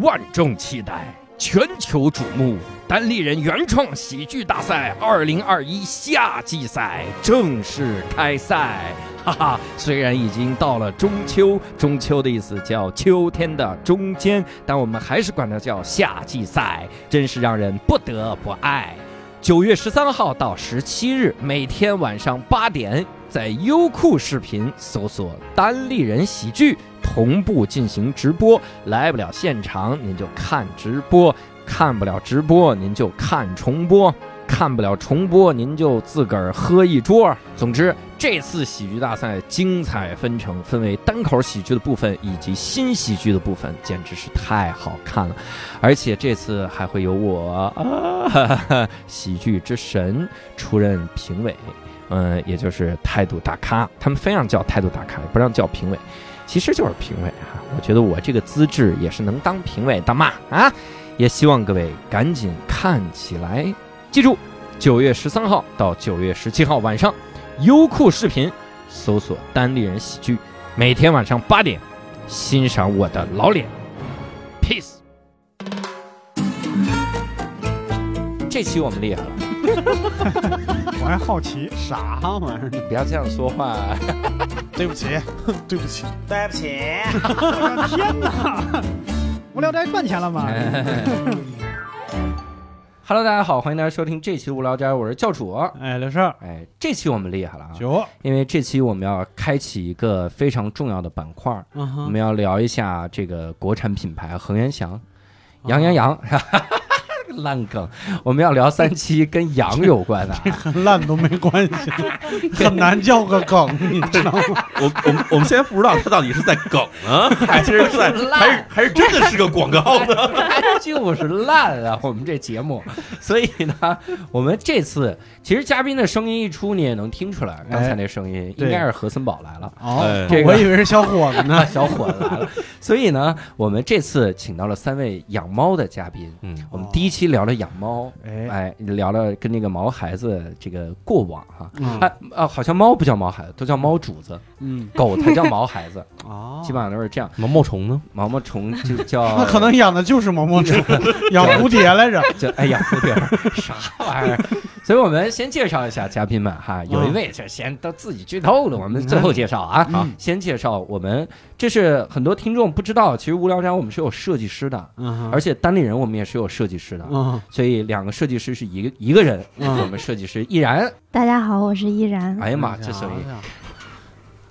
万众期待，全球瞩目，单立人原创喜剧大赛二零二一夏季赛正式开赛。哈哈， 虽然已经到了中秋，中秋的意思叫秋天的中间，但我们还是管它叫夏季赛，真是让人不得不爱。九月十三号到十七日，每天晚上八点，在优酷视频搜索“单立人喜剧”，同步进行直播。来不了现场，您就看直播；看不了直播，您就看重播；看不了重播，您就自个儿喝一桌。总之，这次喜剧大赛精彩纷呈，分为单口喜剧的部分以及新喜剧的部分，简直是太好看了。而且这次还会有我啊，哈哈喜剧之神出任评委，嗯，也就是态度大咖，他们非让叫态度大咖，不让叫评委，其实就是评委哈、我觉得我这个资质也是能当评委的嘛啊，也希望各位赶紧看起来，记住，九月十三号到九月十七号晚上，优酷视频搜索“单立人喜剧”，每天晚上八点欣赏我的老脸，peace。这期我们厉害了。我还 好奇，啥玩意儿？不要这样说话。啊对不起，对不起，对不起，天哪！ 无聊斋赚钱了吗？哎 Hello，大家好，欢迎大家收听这期《无聊斋》，我是教主。哎，刘胜，哎，这期我们厉害了啊！九，因为这期我们要开启一个非常重要的板块儿，嗯我哼，嗯们要聊一下这个国产品牌恒源祥、羊羊 羊，烂梗。我们要聊三期跟羊有关的 啊，很 烂都没关系， 很难叫个梗，你知道吗？我我们我们现在不知道他到底是在梗呢，还是在还是还是真的是个广告呢？ 哎就是烂啊！我们这节目， 所以呢，我们这次其实嘉宾的声音一出，你也能听出来，刚才那声音应对该是何森堡来了。哦哎这，个我以为是小伙子呢。小伙子来了。所以呢，我们这次请到了三位养猫的嘉宾。嗯，我们第一期聊了养猫， 哎，哎，聊了跟这个毛孩子这个过往哈。嗯哎啊，好像猫不叫毛孩子，都叫猫主子，嗯，狗才叫毛孩子，哦，基本上都是这样。毛毛虫呢？毛毛虫就叫， 那可能养的就是毛 毛虫，养蝴蝶来着。就哎呀，蝴蝶儿啥玩意儿？所以我们先介绍一下嘉宾们哈，嗯有一位这先都自己剧透了，我们最后介绍啊。好先介绍我们，这是很多听众不知道，其实无聊斋我们是有设计师的，嗯而哼，且单立人我们也是有设计师的，嗯，所以两个设计师是一个一个人。嗯我们设计师依然，大家好，我是依然。哎呀嗯妈，这声音啥呀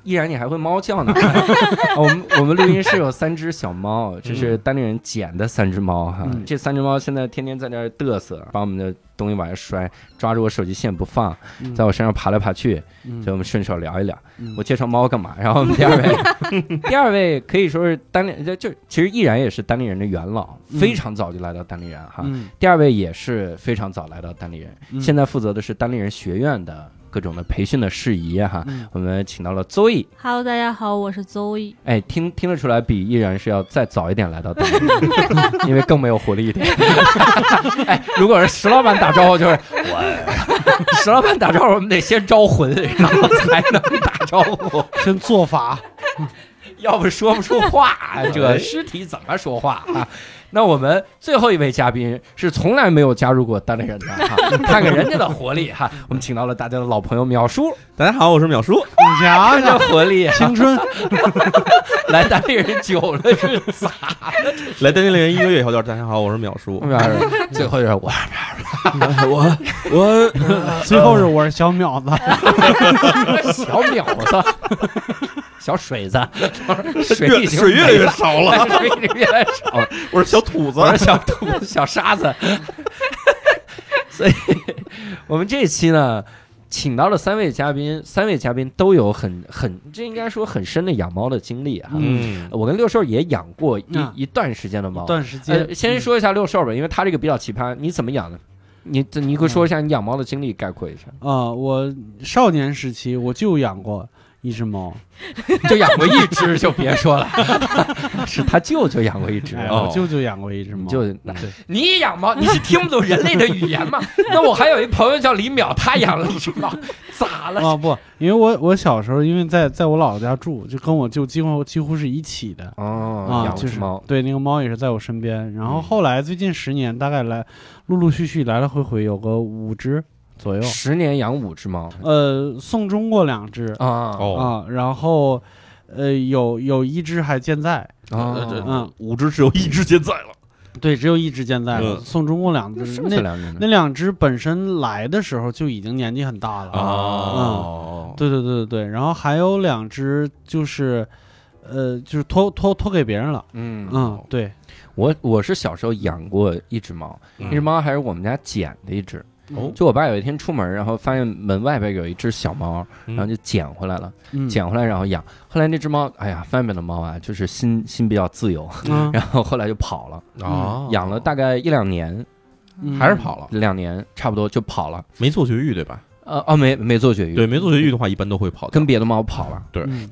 依然你还会猫叫呢？哦我们我们录音室有三只小猫，这是单立人捡的三只猫哈，嗯这三只猫现在天天在那儿嘚瑟，把我们的东西往下摔，抓住我手机线不放，嗯在我身上爬来爬去，嗯所以我们顺手聊一聊。嗯我介绍猫干嘛？然后我们第二位， 第二位可以说是单立，就就其实依然也是单立人的元老，嗯非常早就来到单立人哈。嗯第二位也是非常早来到单立人，嗯现在负责的是单立人学院的各种的培训的事宜啊哈。嗯我们请到了 Zoe， Hello，大家好，我是 Zoe。哎，听听得出来，比依然是要再早一点来到单立人， 因为更没有活力一点。哎，如果是石老板打招呼，就是我。 石老板打招呼，我们得先招魂， 然后才能打招呼， 先做法，要不说不出话。这个尸体怎么说话啊？那我们最后一位嘉宾是从来没有加入过单立人的 哈，看看人家的活力哈。我们请到了大家的老朋友淼叔， 大家好，我是淼叔，你瞧看这瞧，活力，啊青 春，来单立人久了是咋？ 来单立人一个月以后就是大家好，我是淼叔，最后就是我，我我最后是我是小淼哎 子，小淼子，小水子，水越地水越来越少了，了，水越来越少了，我是小土子我，是小土哦小沙子。 所以，我们这一期呢，请到了三位嘉宾，三位嘉宾都有很很，这应该说很深的养猫的经历啊。嗯，我跟六兽也养过一、嗯一段时间的猫。段时呃，间先说一下六兽吧，因为他这个比较奇葩，你怎么养的？你嗯呃你给我说一下你养猫的经历，概括一下。啊，我少年时期我就养过一只猫，哦 就养过一只，就别说了， 是他舅舅养过一只哎，哦我舅舅养过一只猫，就那对你养猫，你是听不懂人类的语言吗？那我还有一朋友叫李淼，他养了一只猫，咋了？ 啊不，因为我我小时候因为在在我姥姥家住，就跟我舅几乎几乎是一起的，哦啊，就是，对，那个猫也是在我身边。然后嗯后来最近十年，大概来陆陆续续来来回回有个五只左右。十年养五只猫呃，送中过两只啊哦，啊，然后呃有有一只还健在，呃这啊！嗯，五只只有一只健在了，对，只有一只健在了。嗯送中过两那只，剩下那两只呢那两只本身来的时候就已经年纪很大了。啊啊哦，对对对对对，然后还有两只就是。呃，就是托托托给别人了，嗯，嗯，对，我我是小时候养过一只猫，嗯一只猫还是我们家捡的一只。嗯哦就我爸有一天出门，然后发现门外边有一只小猫，嗯然后就捡回来了，嗯，捡回来然后养。后来那只猫，哎呀，外面的猫啊，就是心心比较自 由，嗯，然后后来就跑了，哦嗯养了大概一两年，嗯还是跑了，两年差不多就跑了。没做绝育对吧？呃哦，没没做绝育，对，没做绝育的话，一般都会跑掉。跟别的猫跑了。嗯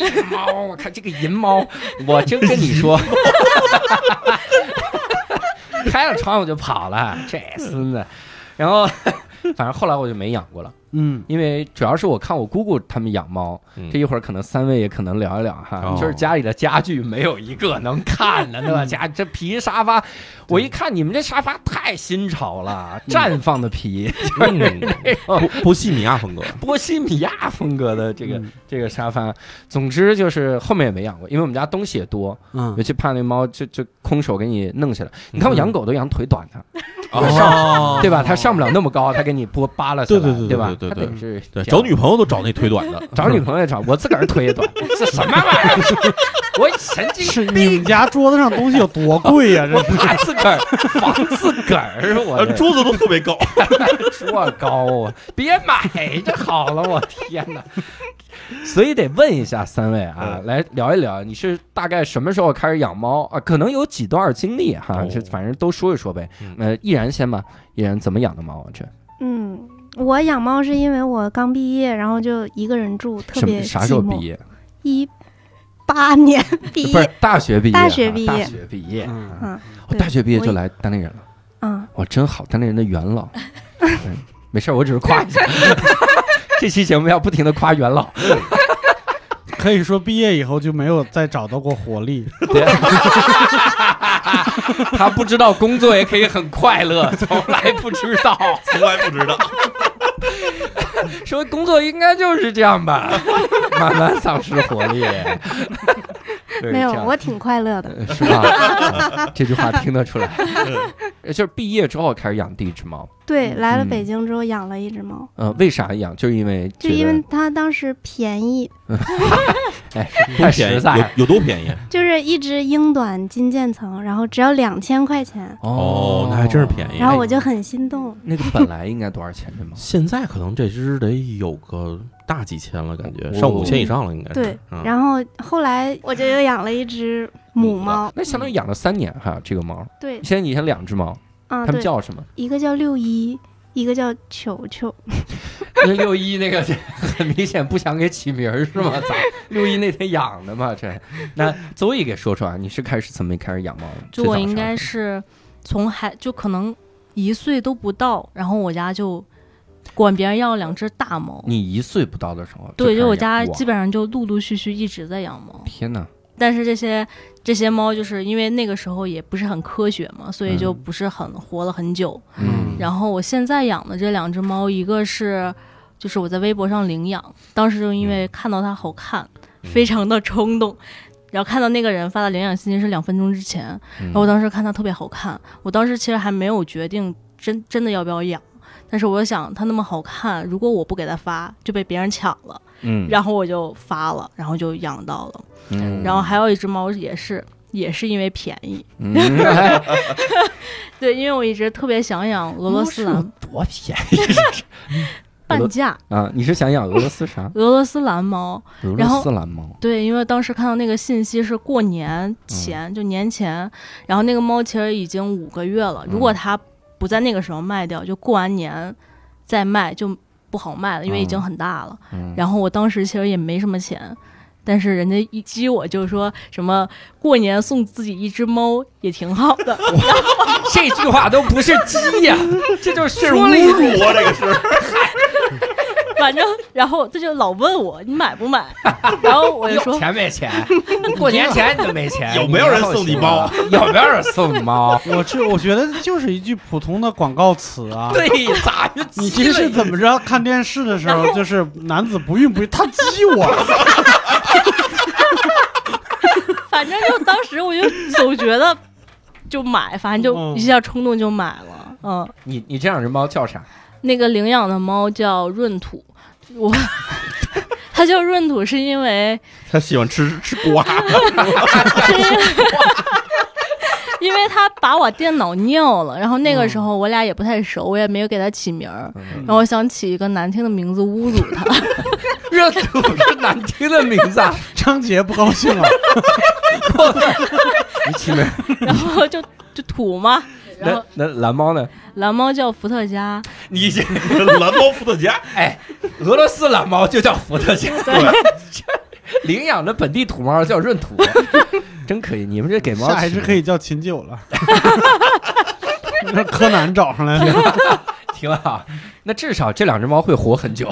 这猫，我看这个银猫， 我真跟你说， 开了窗户就跑了，这孙子。然后， 反正后来我就没养过了，嗯，因为主要是我看我姑姑他们养猫，嗯这一会儿可能三位也可能聊一聊哈，哦嗯就是家里的家具没有一个能看 的，对吧？家这皮沙发，我一看你们这沙发太新潮了，绽放的皮，嗯波波西米 亚风格，波西米亚风格的这个嗯这个沙发。总之就是后面也没养过，因为我们家东西也多，嗯 尤，其怕那猫就就空手给你弄下来。嗯你看我养狗都养腿短的，哦对吧？它上不了那么高，它给你拨扒拉下来，对对对吧？对对它对得是对，这样找女朋友都找那腿短的，找女朋友也 找，我自个儿腿也短，这什么玩意儿？我神经是你们家桌子上东西有多贵啊呀、我这怕自个儿防自个儿，我呃这桌子都特别高，多高 啊！别买就好了，我天哪！ 所以得问一下三位啊，来聊一聊，你是大概什么时候开始养猫啊？可能有几段经历哈，哦这反正都说一说呗。呃，毅然先吧，毅然怎么养的猫啊？这嗯，我养猫是因为我刚毕业，然后就一个人住，特什别么啥时候寂寞毕？业？一八年毕不是业，大学毕业啊，大学毕业大学毕业。嗯啊 嗯我对大学毕业我就以来单立人了，嗯，我真好，单立人的元老。嗯没事儿，我只是夸一下。 这期节目要不停的夸元老， 可以说毕业以后就没有再找到过活力。 对，他不知道工作也可以很快乐，从来不知道，从来不知道。说工作应该就是这样吧， 慢慢丧失活力。对没有这，样我挺快乐的。呃是吧、 啊这句话听得出来，呃就是毕业之后开始养第一只猫。对，来了嗯北京之后养了一只猫，呃，为啥养？就是因为就觉得因为它当时便宜，哎多太 便实宜在了有有多便宜？就是一只英短金渐层，然后只要两千块钱，哦那还真是便宜然后我就很心动。那个本来应该多少钱这猫？现在可能这只得有个大几千了，感觉哦上五千以上了，应该是。对，嗯然后后来我就又养了一只母猫， 那相当于养了三年哈，这个猫。对，现在你养两只猫，啊，它们对，叫 什么？一个叫六一，一个叫球球，那六一那个 很明显不想给起名儿是吗？咋六一那天养的嘛？这那邹毅给说说啊，你是开始怎么开始养猫的？就最我早应啥该时是从还就可能一岁都不到，然后我家就管别人要两只大猫候。你一岁不到的时候，对，嗯就就我开始养啊家哇基本上就陆陆续续一直在养猫，天哪，但是这些这些猫就是因为那个时候也不是很科学嘛，所以就嗯不是很活了很久。嗯，然后我现在养的这两只猫，一个是就是我在微博上领养，当时就嗯因为看到它好看，嗯非常的冲动。然后看到那个人发的领养信息是两分钟之前，嗯然后我当时看它特别好看，我当时其实还没有决定真真的要不要养，但是我想它那么好看，如果我不给它发就被别人抢了，嗯，然后我就发了，然后就养到了。嗯然后还有一只猫也是也是因为便宜，嗯哎对，因为我一直特别想养 俄罗 斯猫蓝哦是有多便宜俄半罗价啊？你是想养俄罗斯啥？俄罗斯蓝猫，俄 罗然后斯蓝猫？对，因为当时看到那个信息是过嗯年前，就年前，然后那个猫其实已经嗯五个月了，如果它不在那个时候卖掉，就过完年再卖就不好卖了，因为已经嗯很大了。嗯然后我当时其实也没什么钱，但是人家一激我就说什么过年送自己一只猫也挺好的，这句话都不是鸡 呀、这就是说了一侮辱我这个是。反正然后他就老问我你买不买，然后我就有说钱没 钱？过年前你就没钱，有没有人送你猫？有没有人送你猫？我这我觉得就是一句普通的广告词啊。 对，咋 就你这是怎么着？看电视的时候，就是男子不孕不育，他激我，反正就当时我就总觉得就买，反正就嗯一下冲动就买了，嗯，你你这样的猫叫啥？那个领养的猫叫闰土，我 它叫闰土是因为他喜欢吃吃瓜， 因为它把我电脑尿了，然后那个时候我俩也不太熟，我也没有给它起名儿，然后我想起一个难听的名字侮辱它， 热土是难听的名字啊！ 张杰不高兴了。你起名？然后就就土嘛，然那后那蓝猫呢？蓝猫叫伏特加，你这蓝猫伏特加，哎，俄罗斯蓝猫就叫伏特加，对， 领养的本地土猫叫闰土， 真可以！你们这给猫下一只可以以叫秦九了。 那柯南找上来了， 挺好。那至少这两只猫会活很久，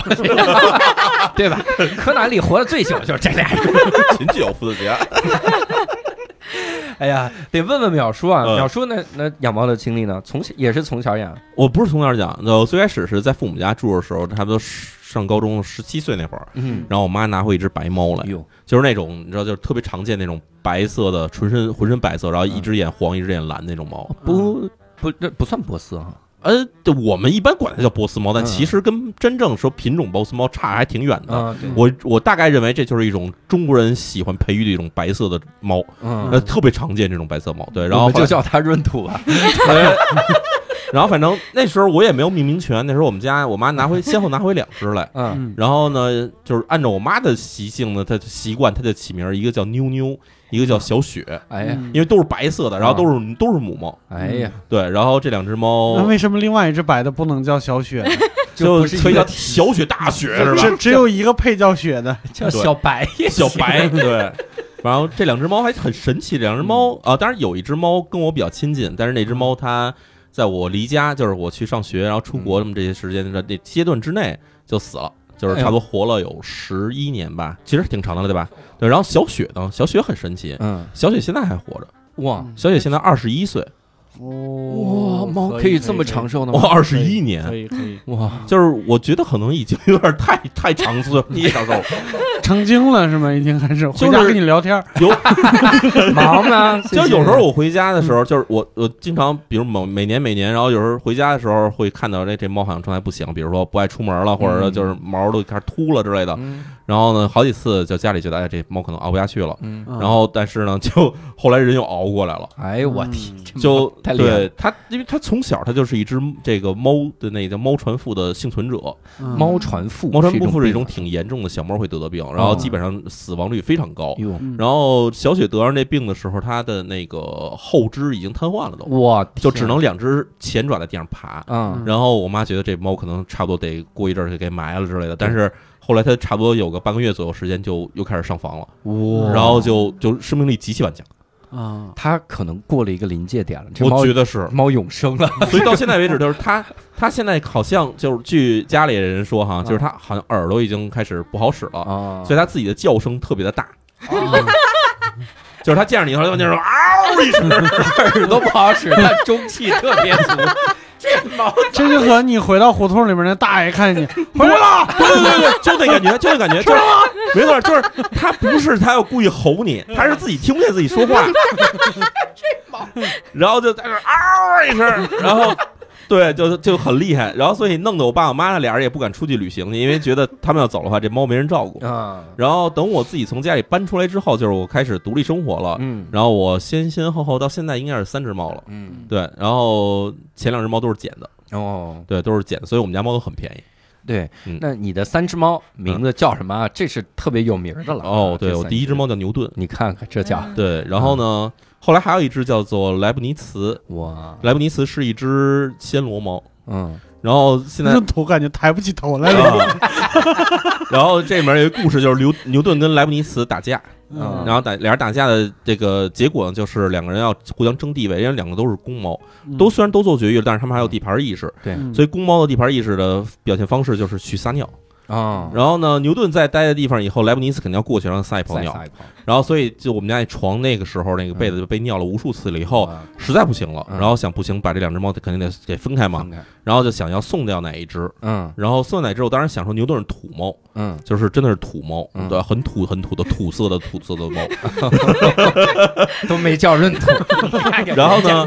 对吧？柯南里活的最久就是这俩人。 秦九伏特加。 哎呀，得问问淼叔啊，嗯淼叔那那养猫的经历呢？从小也是从小养，我不是从小讲，我最开始是在父母家住的时候，差不多上高中十七岁那会儿，嗯，然后我妈拿回一只白猫来，哟，就是那种你知道，就是特别常见那种白色的，纯身浑身白色，然后一只眼黄，一只眼蓝那种猫。不不，这不算波斯啊，呃，对我们一般管它叫波斯猫，但嗯其实跟真正说品种波斯猫差还挺远的。啊，对，我我大概认为这就是一种中国人喜欢培育的一种白色的猫，嗯呃，特别常见这种白色猫。对，然我后们就后来哎叫它闰土 吧。然后反正那时候我也没有命名权，那时候我们家我妈拿回先后拿回两只来，嗯，嗯然后呢，就是按照我妈的习性呢，她就习惯她就起名儿，一个叫妞妞，一个叫小雪， 哎嗯呀，因为都是白色的，然后啊都是都是母猫，哎呀，对，然后这两只那猫为什么另外一只白的不能叫小雪呢？就就不是可以一个叫小雪大雪 是吧？只只有一个配叫雪的，叫小白， 小白 对。然后这两只猫还很神奇，这两只猫啊、当然有一只猫跟我比较亲近，但是那只猫它在我离家，就是我去上学，然后出国这么这些时间的那阶段之内就死了，就是差不多活了有十一年吧，其实挺长的了，对吧？对。然后小雪呢，小雪很神奇，嗯，小雪现在还活着，哇小雪现在二十一岁，哇，哇猫哦可以这么长寿的我吗？二十一年可。以可以，哇，就是我觉得可能已经有点太太长 寿，太长寿了， 成精了是吗？已经开始就是回家跟你聊天，有忙啊 呢，就有时候我回家的时候，就是我我经常，比如某每年每年，然后有时候回家的时候会看到哎这这猫好像状态不行，比如说不爱出门了，或者说就是毛都开始秃了之类的。嗯然后呢，好几次就家里觉得哎这猫可能熬不下去了，嗯，然然后但是呢，就后来人又熬过来了。哎呦我天，这猫嗯就太厉害了，对它，因为它从小它就是一只这个猫的那个猫传腹的幸存者，嗯猫传腹，猫传腹是一种病啊哦挺严重的小猫会得的病，然后基本上死亡率非常高啊。哟，然然后小雪得上这病的时候，她的那个后肢已经瘫痪了都。我就只能嗯两只前爪在地上爬。啊，然后我妈觉得这猫可能差不多得过一阵儿就给埋了之类的，但是后来它差不多有个半个月左右时间就又开始上房了，哇然后就就生命力极其顽强，啊，它可能过了一个临界点了，这猫，我觉得是猫永生了，所以到现在为止就是它它现在好像就是据家里人说哈，就是它好像耳朵已经开始不好使 了，啊所以它自己的叫声特别的大，以啊 就是它见着你以后它就那种嗷一声，耳朵不好使，但中气特别足。这猫这就和你回到胡同里面那大爷看见 你回来了，对对对对，就那感觉，就那感觉，就是没错，就是他不是他要故意吼你，他是自己听不见自己说话，然后就在这儿嗷一声，然后。对，就就很厉害，然后所以弄得我爸我妈俩人也不敢出去旅行去，因为觉得他们要走的话，这猫没人照顾。 啊，然后等我自己从家里搬出来之后，就是我开始独立生活了，嗯然后我先先后后到现在应该是三只猫了，嗯对，然后前两只猫都是捡的，哦，对，都是捡的，所以我们家猫都很便宜。对嗯，那你的三只猫名字叫什么啊？这是特别有名的了。哦，对，这我三第一只，猫叫牛顿，你看看这家伙，对，然后呢，后来还有一只叫做莱布尼茨，哇，莱布尼茨是一只暹罗猫，嗯，然后 现在这头感觉抬不起头来了。啊，然后这里面有一个故事，就是牛牛顿跟莱布尼茨打架，嗯然后打俩人打架的这个结果呢，就是两个人要互相争地位，因为两个都是公猫，嗯都虽然都做绝育，但是他们还有地盘意识，嗯所以公猫的地盘意识的表现方式就是去撒尿。啊，然后呢，牛顿在待的地方以后，莱布尼茨肯定要过去让他撒一泡再尿，撒一泡然后所以就我们家那床那个时候那个被子就被尿了无数次了，以后啊实在不行了，嗯然后想不行把这两只猫肯定得给分开嘛放，开然后就想要送掉哪一只，嗯然后送掉哪一只，我当时想说牛顿是土猫。嗯，就是真的是土猫，嗯对，很土很土的土色的土色的猫。都没叫认 同。然后呢，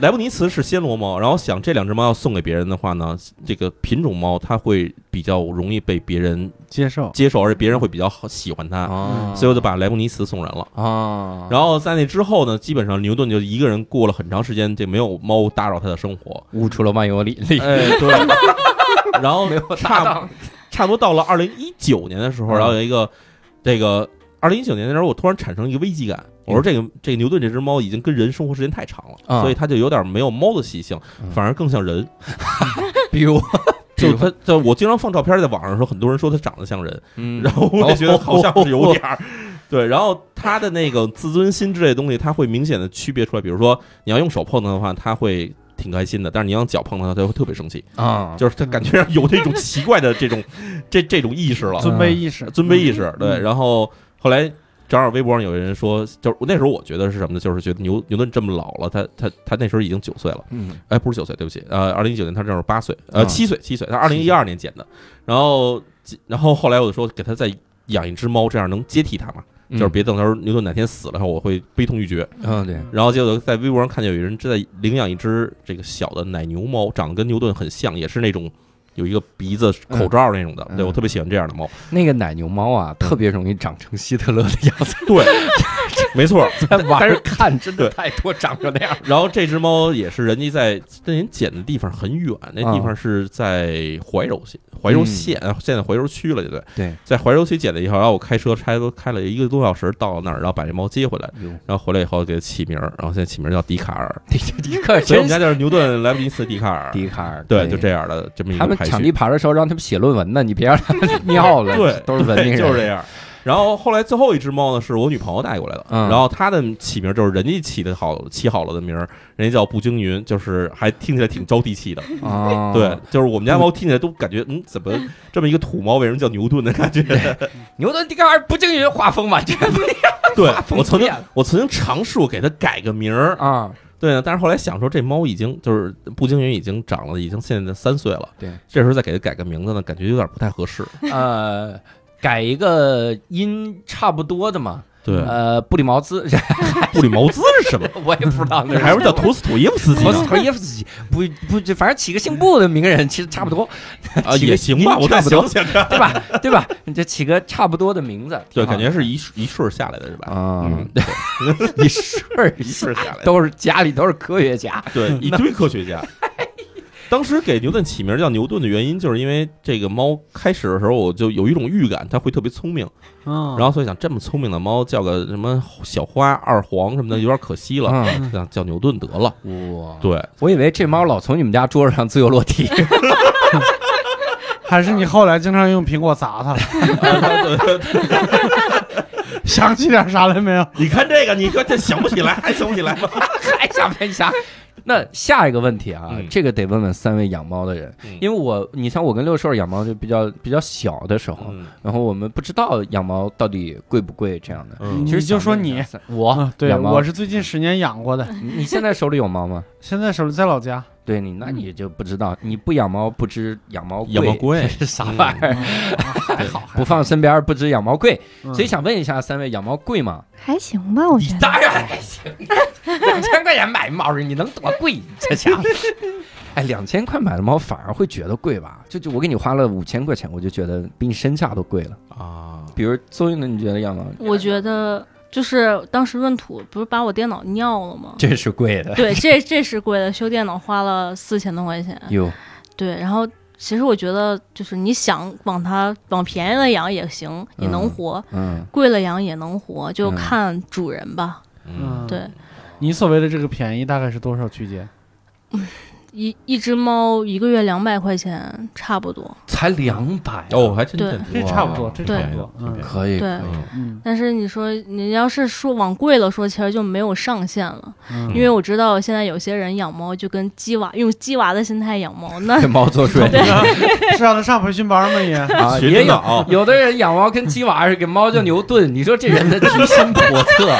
莱布尼茨是暹罗猫，然后想这两只猫要送给别人的话呢，这个品种猫它会比较容易被别人接受，接受，而且别人会比较好喜欢它，啊，所以我就把莱布尼茨送人了。啊，然后在那之后呢，基本上牛顿就一个人过了很长时间，这没有猫打扰他的生活。悟出了万有引力，哎，对。 然 后没有搭差不档，差不多到了二零一九年的时候，嗯然后有一个这个二零一九年的时候，我突然产生一个危机感。嗯我说这个这个牛顿这只猫已经跟人生活时间太长啊了，所以它就有点没有猫的习性嗯，反而更像人。比如，比就如它，就我经常放照片在网上的时候，很多人说它长得像人，嗯然后我也觉得好像是有点 儿。对，然后它的那个自尊心之类的东西，它会明显的区别出来。比如说，你要用手碰它的话，它会挺开心的；但是你要用脚碰它，它会特别生气。啊，就是它感觉上有这种奇怪的这种这这种意识了。尊卑意识，尊卑意识。对，嗯然后后来正好微博上有人说，就是那时候我觉得是什么呢？就是觉得牛牛顿这么老了，他他他那时候已经九岁了，嗯哎，不是九岁，对不起，呃，二零一九年他正好八岁，呃，嗯七岁，七岁，他二零一二年捡的。然后然后后来我就说给他再养一只猫，这样能接替他嘛？嗯就是别等到时候牛顿哪天死了以后，我会悲痛欲绝。嗯对，然后结果在微博上看见有人正在领养一只这个小的奶牛猫，长得跟牛顿很像，也是那种有一个鼻子口罩那种的。嗯对我嗯特别喜欢这样的猫。那个奶牛猫嗯啊，特别容易长成希特勒的 样子， 对，没错。在网但是上看真的 对太多长成那样然后这只猫也是人家在那人捡的地方很远，那啊地方是在怀柔县，怀柔县，呃现在怀柔区了，对不对？嗯对，在怀柔区捡的以后，然后我开车开都开了一个多小时到那儿，然后把这猫接回来，的。然后回来以后给它起名儿，然后现在起名叫笛卡尔，迪迪克尔所以我真们家就是牛顿莱布尼茨笛卡尔，迪卡尔，对，就这样的这么一他个们排抢序地，盘的时候，让他们写论文呢，你别让他 们尿了，对都是文明人，对，就是这样。然后后来最后一只猫呢，是我女朋友带过来的，嗯然后它的起名就是人家起的好起好了的名儿，人家叫步惊云，就是还听起来挺招地气的。啊，对，就是我们家猫听起来都感觉，嗯，怎么这么一个土猫，为什么叫牛顿的感觉？牛顿、笛卡尔不经人画风完全不 一对画风我曾经变了我曾经尝试过给它改个名样儿，啊，对呢，但是后来想说这猫已经就是步惊云已经长了，已经现在三岁了，对，这时候再给它改个名字呢，感觉有点不太合适。呃，改一个音差不多的嘛，对，呃，布里茅兹， 布里茅兹是什么？我也不知道那还不是叫图斯妥耶夫斯基托斯呢托耶夫斯基，不不，就反正起个姓布的名人其实差不多，啊，起个也行吧，音我再差不多想想看。对吧？ 对吧？你就起个差不多的名字，对，挺好感的觉是一一顺儿下来的是吧？啊嗯，一顺儿一顺儿下来 的，都是家里都是科学家， 对，一堆科学家。当时给牛顿起名叫牛顿的原因，就是因为这个猫开始的时候我就有一种预感，它会特别聪明，嗯，然后所以想这么聪明的猫叫个什么小花、二黄什么的有点可惜了，嗯，想叫牛顿得了。哇，对，我以为这猫老从你们家桌上自由落体，还是你后来经常用苹果砸它了？ 想起点啥来没有？你看这个，你说这想不起来，还想不起来吗？ 还想没想？那下一个问题啊，嗯这个得问问三位养猫的人，嗯因为我，你像我跟六兽养猫就比较比较小的时候，嗯然后我们不知道养猫到底贵不贵这样的。嗯其实你就想说问你一下我、啊，对，养猫我是最近十年养过的，你你现在手里有猫吗？现在手里在老家。对你，那你就不知道，你不养猫不知养猫贵嗯养猫 贵是啥玩哎意儿？还好，不放身边不知养猫贵，嗯所以想问一下三位，养猫贵吗？还行吧，我嗯觉得。然还行，两千块钱买猫，你能多贵？这家 伙，哎，两千块买的猫反而会觉得贵吧？就就我给你花了五千块钱，我就觉得比你身价都贵了。啊，比如邹云的，你觉得养猫？我觉得就是当时闰土不是把我电脑尿了吗？这是贵 的对，这这是贵的，修电脑花了四千多块钱。哟，对，然后其实我觉得就是你想往它往便宜了养也行，也能嗯活；嗯，贵了养也能活，就嗯看主人吧。嗯嗯，对，你所谓的这个便宜大概是多少区间？一一只猫一个月两百块钱差不多，才两百啊哦，，还真对挺这多差不多，啊这对差不多，挺嗯便宜可以，对可以嗯嗯但是你说你要是说往贵了说，其实就没有上限了，嗯， 因为我知道现在有些人养猫就跟鸡娃用鸡娃的心态养猫，那这猫做出来是让他上培训班吗也？啊，学也着有脑有的人养猫跟鸡娃似的，给猫叫牛顿，你说这人的居心叵 测，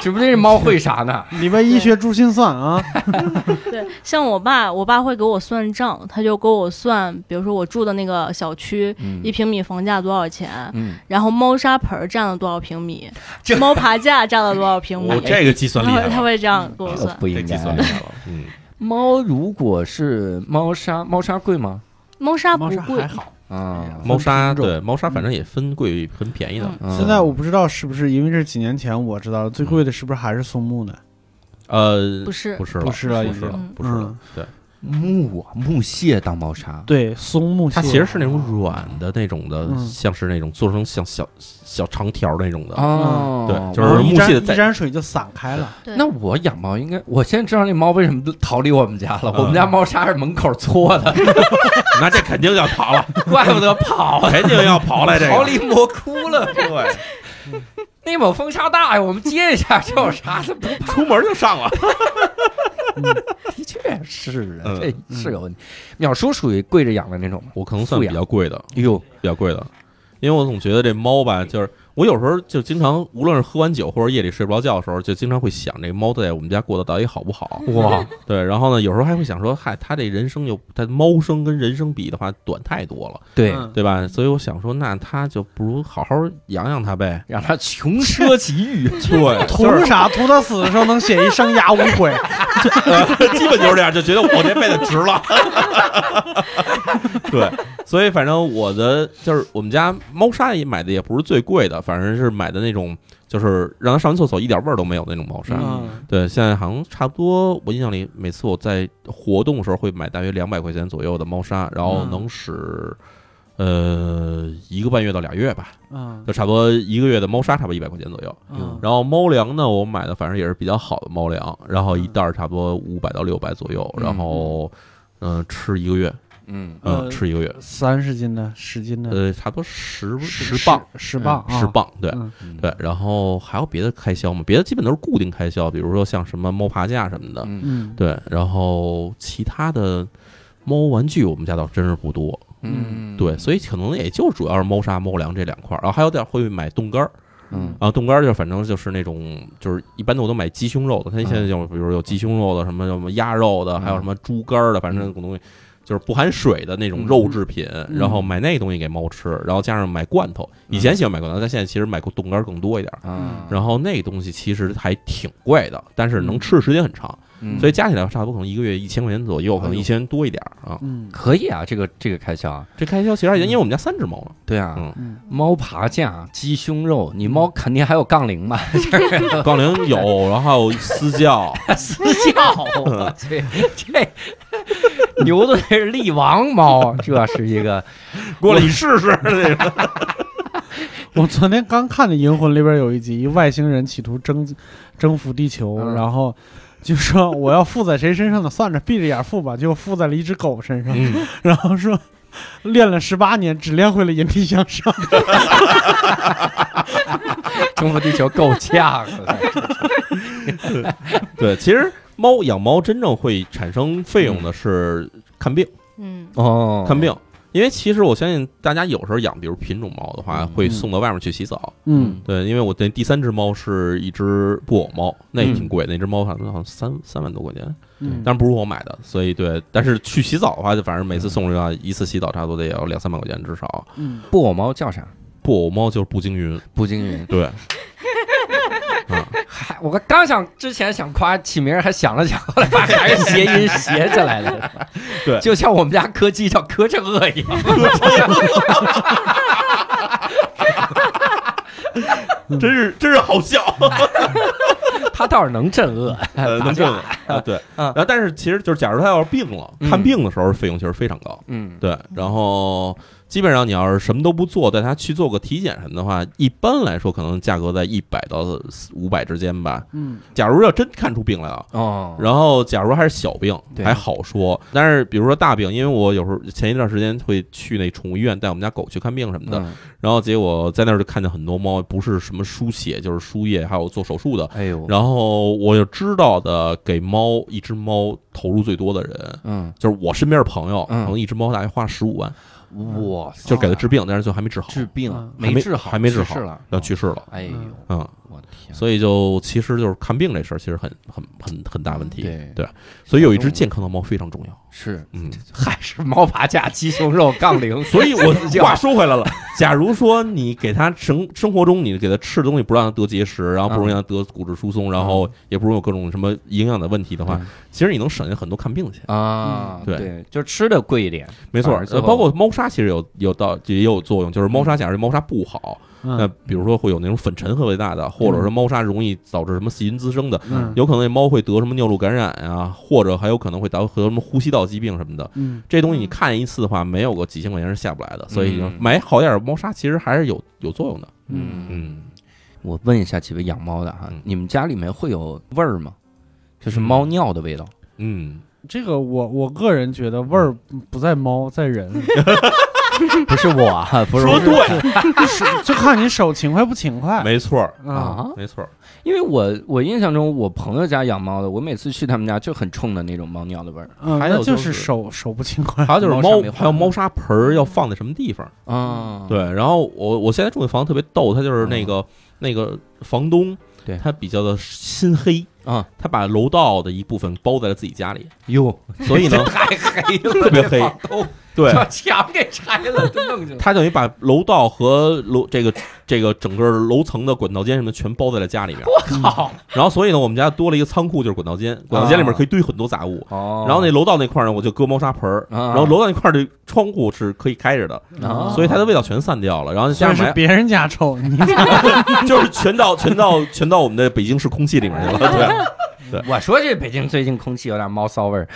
指不定这猫会啥呢？礼拜一学珠心算啊，对，像我爸，我爸会给我算账，他就给我算，比如说我住的那个小区。一嗯平米房价多少钱？嗯，然后猫砂盆儿占了多少 平米这？猫爬架占了多少平米？我这个计算然厉后 害他了，嗯会这样给我呃算。不这应计算厉该。害了， 嗯，猫如果是猫砂，猫砂贵吗？猫砂不猫砂贵还，好。啊，猫砂分品种对猫砂反正也分贵很便宜的嗯，嗯现在我不知道是不是因为这是几年前我知道的最贵的是不是还是松木呢？呃不，是不是了，不是了，不已是经。了嗯，不是了嗯，对，木啊木屑当猫砂，对，松木哦它蟹其实是那种软的那种的，嗯像是那种做成像小小长条那种的，哦，对就然是后一木蟹沾在一沾水就散开了。对那我养猫应该，我现在知道那猫为什么逃离我们家了。嗯我们家猫砂是门口搓的，那这肯定要 跑了，怪不得跑啊，肯定要跑来这逃个。离魔窟了。对， 内蒙风沙大呀，我们接一下，这有啥的？不出门 就上了。的确是啊，嗯这是有问题。淼叔属于跪着养的那种吗？我可能算比较贵的，哟，比较贵的，因为我总觉得这猫吧，就是我有时候就经常，无论是喝完酒或者夜里睡不着觉的时候，就经常会想这猫在我们家过得到底好不好。哇，对，然后呢，有时候还会想说，嗨，它这人生又，它猫生跟人生比的话，短太多了，对，嗯对吧？所以我想说，那它就不如好好养养它呗。让他穷奢极欲。 对，图啥？图他死的时候能写一生涯无悔。 基本就是这样，就觉得我这辈子值了。 对，所以反正我的就是我们家猫砂也买的也不是最贵的，反正是买的那种，就是让它上完厕所一点味儿都没有那种猫砂。嗯，对，现在好像差不多，我印象里每次我在活动的时候会买大约两百块钱左右的猫砂，然后嗯能使。呃，一个半月到俩月吧，嗯就差不多一个月的猫砂，差不多一百块钱左右。嗯，然后猫粮呢，我买的反正也是比较好的猫粮，然后一袋儿差不多五百到六百左右，嗯然后嗯、呃吃一个月，嗯，嗯、呃吃一个月，三十斤的、十斤的、呃，差不多十十磅，，十磅，十。磅，对。嗯对，然后还有别的开销吗？别的基本都是固定开销，比如说像什么猫爬架什么的，嗯嗯，对。然后其他的猫玩具，我们家倒真是不多，嗯，对，所以可能也就主要是猫砂、猫粮这两块儿，然后还有点会买冻干儿，嗯啊，冻干儿就是反正就是那种，就是一般的我都买鸡胸肉的，它现在就比如有鸡胸肉的，什么什么鸭肉的，还有什么猪肝儿的，反正那种东西就是不含水的那种肉制品，然后买那东西给猫吃，然后加上买罐头，以前喜欢买罐头，但现在其实买冻干儿更多一点儿。嗯啊，然后那东西其实还挺贵的，但是能吃的时间很长，嗯所以加起来差不多可能一个月一千块钱左右，可能一千多一点儿啊。嗯可以啊，这个这个开销啊，这开销其实还行，因为我们家三只猫 呢，对啊，嗯嗯嗯猫爬架、鸡胸肉，你猫肯定还有杠铃 吧？杠铃有，然后还有私教，私教，我去，这 牛顿是力王猫，这是一个 过来你试 试那个。我昨天刚看的《银魂》里边有一集，一外星人企图征征服地球，嗯然后就说我要附在谁身上呢？算着闭着眼附吧，就附在了一只狗身上， 嗯然后说练了十八年，只练会了引体向上。征服地球够呛。 对，其实猫养猫真正会产生费用的是看病，嗯，嗯哦看病。因为其实我相信大家有时候养，比如品种猫的话，嗯会送到外面去洗澡。嗯，对，因为我那第三只猫是一只布偶猫，那也嗯挺贵，那只猫好像好像三三万多块钱，嗯但不是我买的，所以对。但是去洗澡的话，就反正每次送出去的话，一次洗澡差不多得要两三百块钱至少。嗯布偶猫叫啥？布偶猫就是步惊云，步惊云。对，啊，嗨，我刚想之前想夸起名儿，还想了想，后来发现还是谐 音谐起来的。对就像我们家柯基叫柯镇恶一样。嗯真是真是好笑。他倒是能镇恶，呃，哎打能架挣啊，对，嗯然后但是其实就是，假如他要是病了，嗯看病的时候费用其实非常高，嗯，对，然后基本上你要是什么都不做，带它去做个体检什么的话，一般来说可能价格在一百到五百之间吧。嗯，假如要真看出病来了。哦，然后，假如还是小病对还好说，但是比如说大病，因为我有时候前一段时间会去那宠物医院带我们家狗去看病什么的，嗯然后结果在那儿就看见很多猫，不是什么输血就是输液，还有做手术的。哎呦，然后我就知道的，给猫一只猫投入最多的人，嗯，就是我身边的朋友，可嗯能一只猫大概花十五万，嗯哇塞，就是给它治病，但是最后还没治好，哦治病嗯还没治好，还没治去好世了，要去世了。哎呦，嗯，我的天，所以就其实就是看病这事儿，其实很很很很大问题。嗯对对，所以有一只健康的猫非常重 要。是嗯，还是 猫爬架鸡胸肉杠铃，所以我叫 话说回来了，假如说你给它生生活中你给它吃的东西不让它得结石，然后不容易嗯让它得骨质疏松，然后也不容易有各种什么营养的问题的嗯话，其实你能省下很多看病的钱。啊，对对，就吃的贵一点，没错反而，最呃，后嗯包括猫砂其实有有到也有作用，就是猫砂，假如猫砂不好，那嗯比如说会有那种粉尘特别大的，嗯或者说猫砂容易导致什么细菌滋生的，嗯有可能那猫会得什么尿路感染啊，或者还有可能会得得什么呼吸道疾病什么的。嗯，这东西你看一次的话，没有个几千块钱是下不来的，所以嗯，买好点儿猫砂其实还是有有作用的。嗯嗯，我问一下几位养猫的哈嗯，你们家里面会有味儿吗？就是猫尿的味道。嗯，这个我我个人觉得味儿不在猫，在人，不是我啊，不是说我对，是就看你手勤快不勤快嗯没错儿，啊。啊，没错儿，因为我我印象中我朋友家养猫的，我每次去他们家就很冲的那种猫尿的味儿嗯，还有那就就是是手手不勤快，还有就是猫砂猫没，换还有猫砂盆儿要放在什么地方？啊。对，然后我我现在住的房子特别逗，他就是那个、那个房东，对他比较的心黑啊，他把楼道的一部分包在了自己家里，哟，所以呢 太黑了，特别黑这房东 对，嗯把墙给拆了，就弄进来。他等于把楼道和楼这个这个整个楼层的管道间什么全包在了家里面。我靠！然后所以呢，我们家多了一个仓库，就是管道间，管道间里面可以堆很多杂物。啊哦，然后那楼道那块儿呢，我就搁猫砂盆儿，啊然后楼道那块儿的窗户是可以开着的，啊所以它的味道全散掉了。然后嗯虽加然上是买，别人家臭，你家就是全到全到全到我们的北京市空气里面去了。对。 我说这北京最近空气有点猫骚味儿，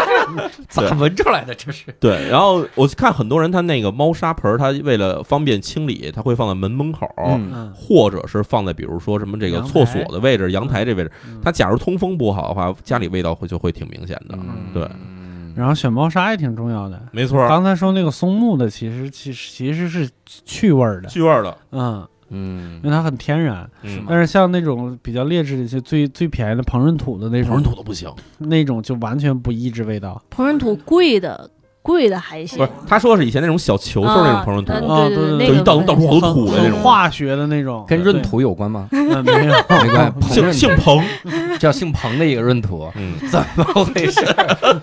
咋闻出来的？这是对，然后我看很多人他那个猫砂盆儿，他为了方便清理，他会放在门门口儿，嗯嗯或者是放在比如说什么这个阳台厕所的位置、阳台这位置嗯。他假如通风不好的话，家里味道会就会挺明显的。嗯嗯对， 然后选猫砂也挺重要的。没错儿， 刚才说那个松木的，其实其实其实是去味儿的，去味儿的，嗯，嗯因为它很天然。嗯但是像那种比较劣质的，就最最便宜的膨润土的那膨种润，土都不行，那种就完全不抑制味道。膨润土贵的贵的还不行嗯是，他说的是以前那种小球球那种膨润土，啊嗯对对对对对，那就个一到不到太处好多很土的那很种，化学的那种，跟闰土有关 吗？对嗯没有，没关系，姓彭姓闰 彭，土叫姓彭的一个闰 土，嗯，怎么回事儿？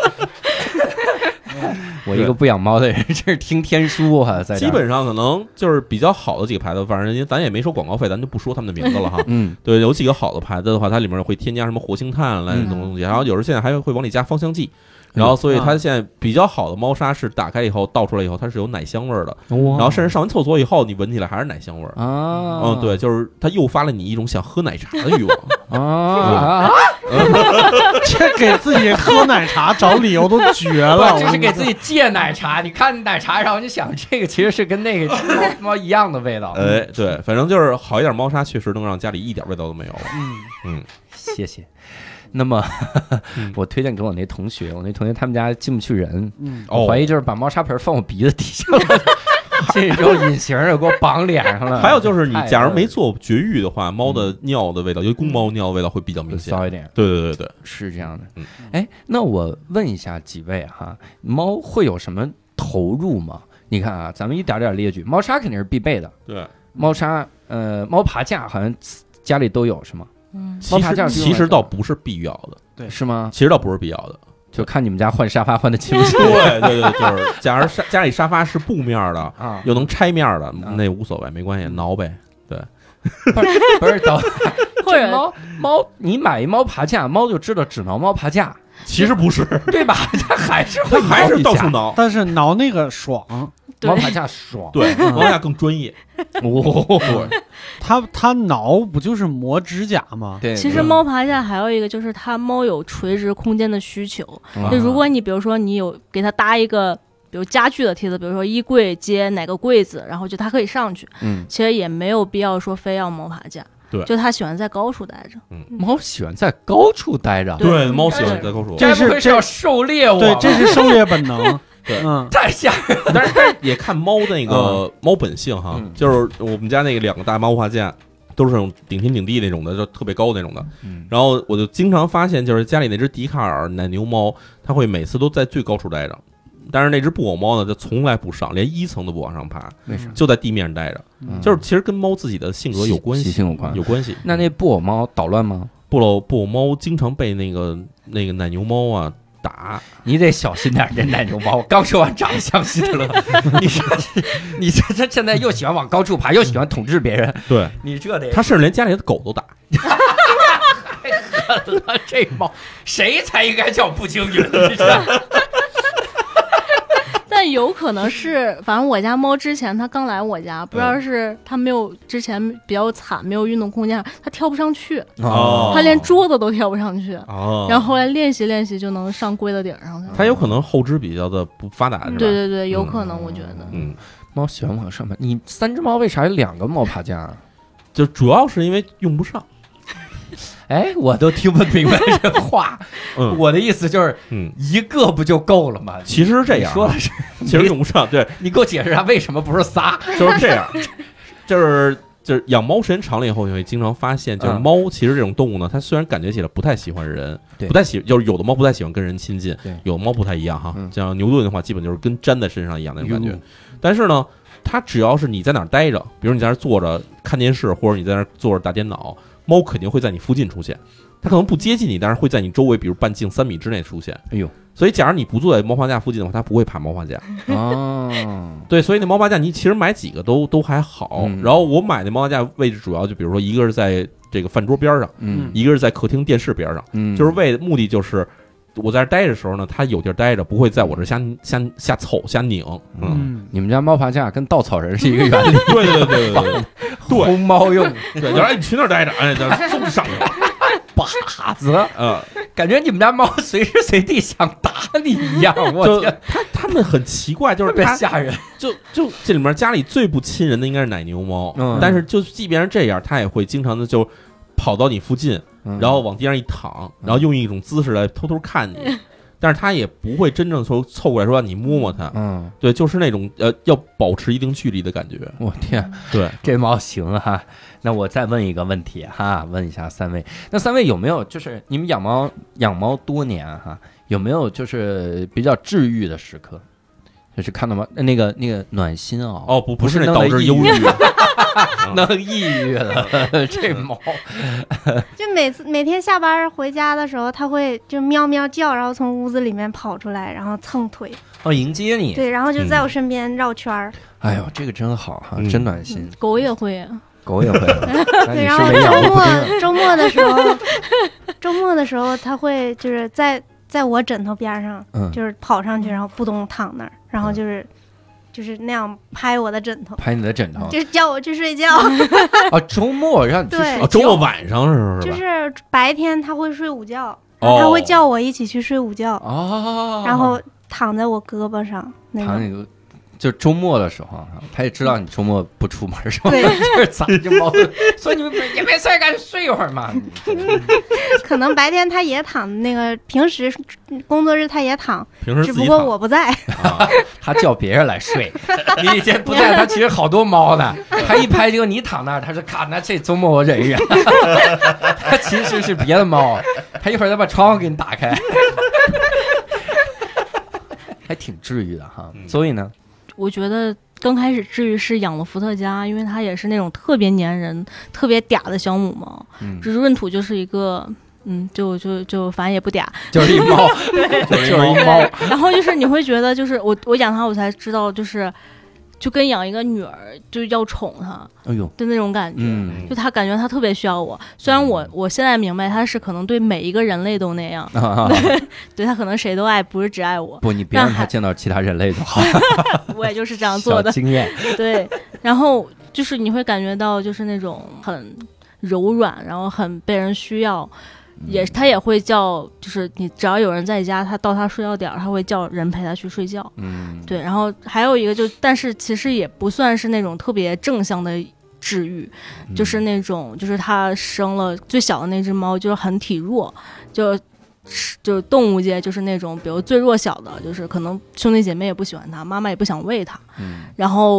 我一个不养猫的人，这是听天书啊，在这儿基本上可能就是比较好的几个牌子，反正人家咱也没收广告费，咱就不说他们的名字 了哈。嗯对，有几个好的牌子的话，它里面会添加什么活性炭啊来嗯东西，然后有时候现在还会往里加芳香剂。然后，所以它现在比较好的猫砂是打开以后倒出来以后，它是有奶香味儿的。然后，甚至上完厕所以后，你闻起来还是奶香味儿。啊，嗯，对，就是它诱发了你一种想喝奶茶的欲 望。啊， 这给自己喝奶茶找理由都绝了。这是给自己己借奶茶，你看奶茶，然后你想这个其实是跟那个猫猫一样的味道。哎，对，反正就是好一点猫砂，确实能让家里一点味道都没有了。嗯谢谢。那么嗯我推荐给我那同学，我那同学他们家进不去人，嗯哦我怀疑就是把猫砂盆放我鼻子底下 了，这种隐形儿给我绑脸上了。嗯还有就是，你太假如没恶做绝育的话，猫的尿的味道，尤其公猫尿的味道会比较明心显。骚一点，对对对对，是这样的嗯。哎，那我问一下几位哈，猫会有什么投入吗？你看啊，咱们一点点列举，猫砂肯定是必备的，对，猫砂，呃，猫爬架好像家里都有是吗？嗯，猫其爬架实是用其来实干倒嘛啊不是必要的，对是吗？其实倒不是必要 的。就看你们家换沙发换的勤 不勤对对对，就是假如沙家里沙发是布面儿的，啊？又能拆面儿的，那无所谓，没关系，挠呗。嗯不是不 是，等会儿或者这猫猫，你买一猫爬架，猫就知道只挠猫爬 架，其实不是，对吧？ 它还是它会还是挠到一处下挠。但是挠那个爽，对猫爬架爽。对，挠一下更专业。哦，它它挠不就是磨指甲吗？对，其实猫爬架还有一个就是它猫有垂直空间的需求，嗯啊就如果你比如说你有给它搭一个。比如家具的梯子，比如说衣柜接哪个柜子，然后就它可以上去，嗯，其实也没有必要说非要猫爬架。对就它喜欢在高处待着。猫喜欢在高处待着，对对，猫喜欢在高处，这是该不会要狩猎我吧，对，这是狩猎本能。 对嗯，太吓人了。但是但是也看猫那个 猫本性哈嗯，就是我们家那个两个大猫画架。都是那种顶天顶地那种的，就特别高那种的。嗯然后我就经常发现，就是家里那只笛卡尔奶牛猫，它会每次都在最高处待着，但是那只布偶猫呢，就从来不上，连一层都不往上爬，为啥？就在地面上待着。嗯就是其实跟猫自己的性格有关习系，性有关。有关系。那那布偶猫捣乱吗？布偶布偶猫经常被那个那个奶牛猫啊打，你得小心点儿，这奶牛猫。我刚说完长得像希特 勒，你说你这这现在又喜欢往高处爬，又喜欢统治别人，对你这得它甚至连家里的狗都打。狠了 这猫，谁才应该叫步惊云？你知道 吗但有可能是，反正我家猫之前它刚来我家，不嗯知道是它没有之前比较惨，没有运动空间，它跳不上去，哦它连桌子都跳不上去。哦然后后来练习练习就能上柜子顶上去了。它有可能后肢比较的不发达，是吧？对对对，有可能，我觉得。嗯，猫喜欢往上爬，你三只猫为啥有两个猫爬架啊？就主要是因为用不上。哎，我都听不明白这话。 嗯我的意思就是嗯，一个不就够了吗？其实是这你样说啊，的是，其实用不上， 对，你给我解释下为什么不是仨？就是这样，就是。就是养猫时间长了以后，你会经常发现，就是嗯猫其实这种动物呢，它虽然感觉起来不太喜欢人，对不太喜，就是有的猫不太喜欢跟人亲近对，有的猫不太一样哈嗯。像牛顿的话，基本就是跟粘在身上一样那种感觉哟。但是呢，它只要是你在哪儿待着，比如你在那儿坐着看电视，或者你在那儿坐着打电脑，猫肯定会在你附近出现。它可能不接近你，但是会在你周围，比如半径三米之内出现。哎呦，所以假如你不坐在猫爬架附近的话，它不会爬猫爬架。哦，对，所以那猫爬架你其实买几个都都还好。嗯然后我买那猫爬架位置主要就比如说一个是在这个饭桌边上，嗯一个是在客厅电视边上，嗯，就是为目的就是我在这儿待着的时候呢，它有地儿待着，不会在我这儿瞎瞎瞎凑瞎拧。嗯，嗯，你们家猫爬架跟稻草人是一个原理，对对对对对轰猫用对，对，就是哎你去那儿待着，哎，咱送上去， 靶 子，嗯，感觉你们家猫随时随地想打你一样，我就天，它它们很奇怪，就是特别它吓人。就就这里面家里最不亲人的应该是奶牛猫，嗯但是就即便是这样，它也会经常的就跑到你附近，然后往地上一躺，嗯然后用一种姿势来偷偷看你，但是它也不会真正从凑过来说让你摸摸它，嗯，对，就是那种呃要保持一定距离的感觉，我天，对，这猫行啊！那我再问一个问题哈，问一下三位，那三位有没有就是你们养猫养猫多年啊哈、有没有就是比较治愈的时刻？就是看到吗？那个那个暖心哦，哦，不不不是是那弄导得致抑忧郁郁，能抑郁 了，这猫 就每次每天下班回家的时候，它会就喵喵叫，然后从屋子里面跑出来，然后蹭腿， 哦迎接你，对，然后就在我身边绕圈儿。哎呦，这个真好哈，嗯真暖心，狗也会，狗 也会了，那对，你然是后没养周过末 周末的时候，周末的时候它会就是在在我枕头边上，嗯，就是跑上去，然后扑通躺那儿，然后就是就是那样拍我的枕头，拍你的枕头就叫我去睡觉。 哦，周末让你去对哦，周末晚上是不是就吧？是白天它会睡午觉，然哦后它会叫我一起去睡午觉，哦，然后躺在我胳膊上那躺种。你个，就周末的时候啊，他也知道你周末不出门是吧？对，就是咱们这猫，所以你们也没事儿干睡一会儿嘛。 可能白天它也躺，那个平时工作日它也躺，平时只自不己过躺我不在。 啊，他叫别人来 睡，你以前不在，他其实好多猫呢。他一拍就你躺那儿，他说卡，那这周末我忍一忍。他其实是别的猫，他一会儿再把窗户给你打开，还挺治愈的哈。所以呢，我觉得刚开始治愈是养了伏特加，因为它也是那种特别粘人、特别嗲的小母猫，嗯，只是闰土就是一个。嗯，就就就反正也不嗲，就是一猫，就是一猫，然后就是你会觉得，就是我我养它，我才知道，就是就跟养一个女儿，就要宠它哎呦，的那种感觉。嗯就它感觉它特别需要我，虽然我我现在明白它是可能对每一个人类都那样，啊，对它可能谁都爱，不是只爱我，不，你别让它见到其他人类就好。我也就是这样做的小。经 验，对，然后就是你会感觉到就是那种很柔软，然后很被人需要，嗯也他也会叫，就是你只要有人在家，他到他睡觉点儿，他会叫人陪他去睡觉。嗯，对，然后还有一个就，但是其实也不算是那种特别正向的治愈，嗯，就是那种就是他生了最小的那只猫，就是很体弱，就。就是动物界，就是那种，比如最弱小的，就是可能兄弟姐妹也不喜欢它，妈妈也不想喂它，嗯然后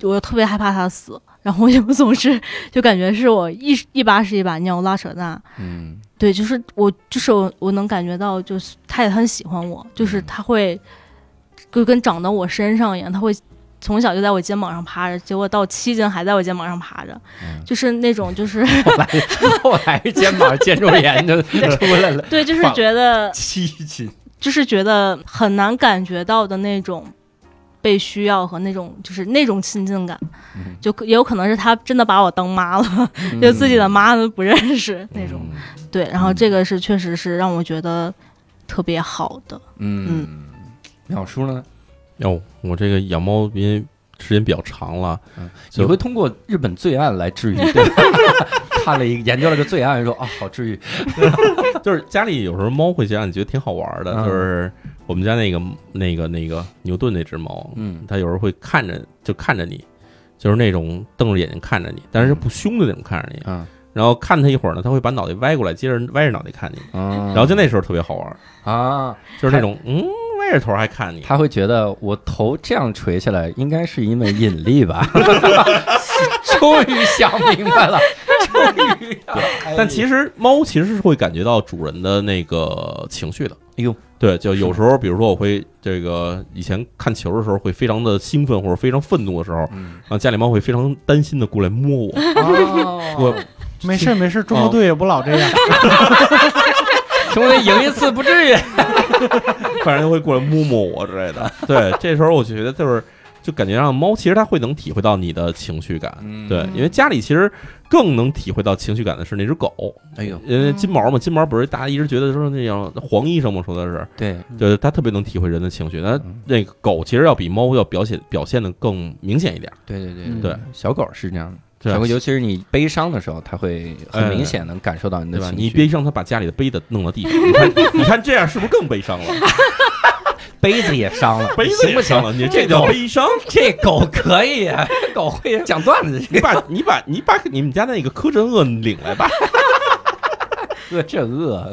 我又特别害怕它死，然后我就总是就感觉是我一一把屎一把尿拉扯大，嗯对，就是我，就是我，我能感觉到，就是他也很喜欢我，就是嗯他会，就跟长到我身上一样，他会从小就在我肩膀上趴着，结果到七斤还在我肩膀上趴着，嗯就是那种，就是后来 后来肩膀肩周炎就出来了，对，就是放觉得，七斤，就是觉得很难感觉到的那种被需要和那种，就是那种亲近感，嗯就也有可能是他真的把我当妈了，就自己的妈都不认识那种，嗯对，然后这个是确实是让我觉得特别好的。嗯，鸟叔呢？哦，我这个养猫因为时间比较长了，你就会通过日本罪案来 治愈？对吧看了一个研究了个罪案，说啊，好治愈。就是家里有时候猫会这样，你觉得挺好玩的。嗯就是我们家那个那个那个牛顿那只猫，嗯它有时候会看着就看着你，就是那种瞪着眼睛看着你，但是不凶的那种看着你。啊嗯然后看它一会儿呢，它会把脑袋歪过来，接着歪着脑袋看你。嗯，然后就那时候特别好玩，啊，就是那种嗯歪着头还看你。他会觉得我头这样垂下来，应该是因为引力 吧？终于想明白了，终于。但其实猫其实是会感觉到主人的那个情绪的。哎呦，对，就有时候，比如说我会这个以前看球的时候会非常的兴奋或者非常愤怒的时候，嗯然后家里猫会非常担心的过来摸 我。我我没事儿没事儿，中国队也不老这样。终于赢一次不至于。反正就会过来摸摸我之 类的。对，这时候我就觉得就是就感觉让猫其实它会能体会到你的情绪感。嗯对，因为家里其实更能体会到情绪感的是那只狗，哎呦，因为金毛嘛，金毛不是大家一直觉得说那样黄医生嘛，说的是，对，就是它特别能体会人的情绪。那嗯那个狗其实要比猫要表现表现的更明显一点。对对对嗯对，小狗是这样的。对小狗，尤其是你悲伤的时候，它会很哎明显能感受到你的对吧？情绪。你别让它把家里的杯子弄到 地上，你看，你看这样是不是更悲伤了？杯子也伤了， 杯子行不也伤行？了，你这叫 悲伤。这狗可以啊，这狗会讲段子，你把你把你把你们家那个柯震恶领来吧。 这 这饿。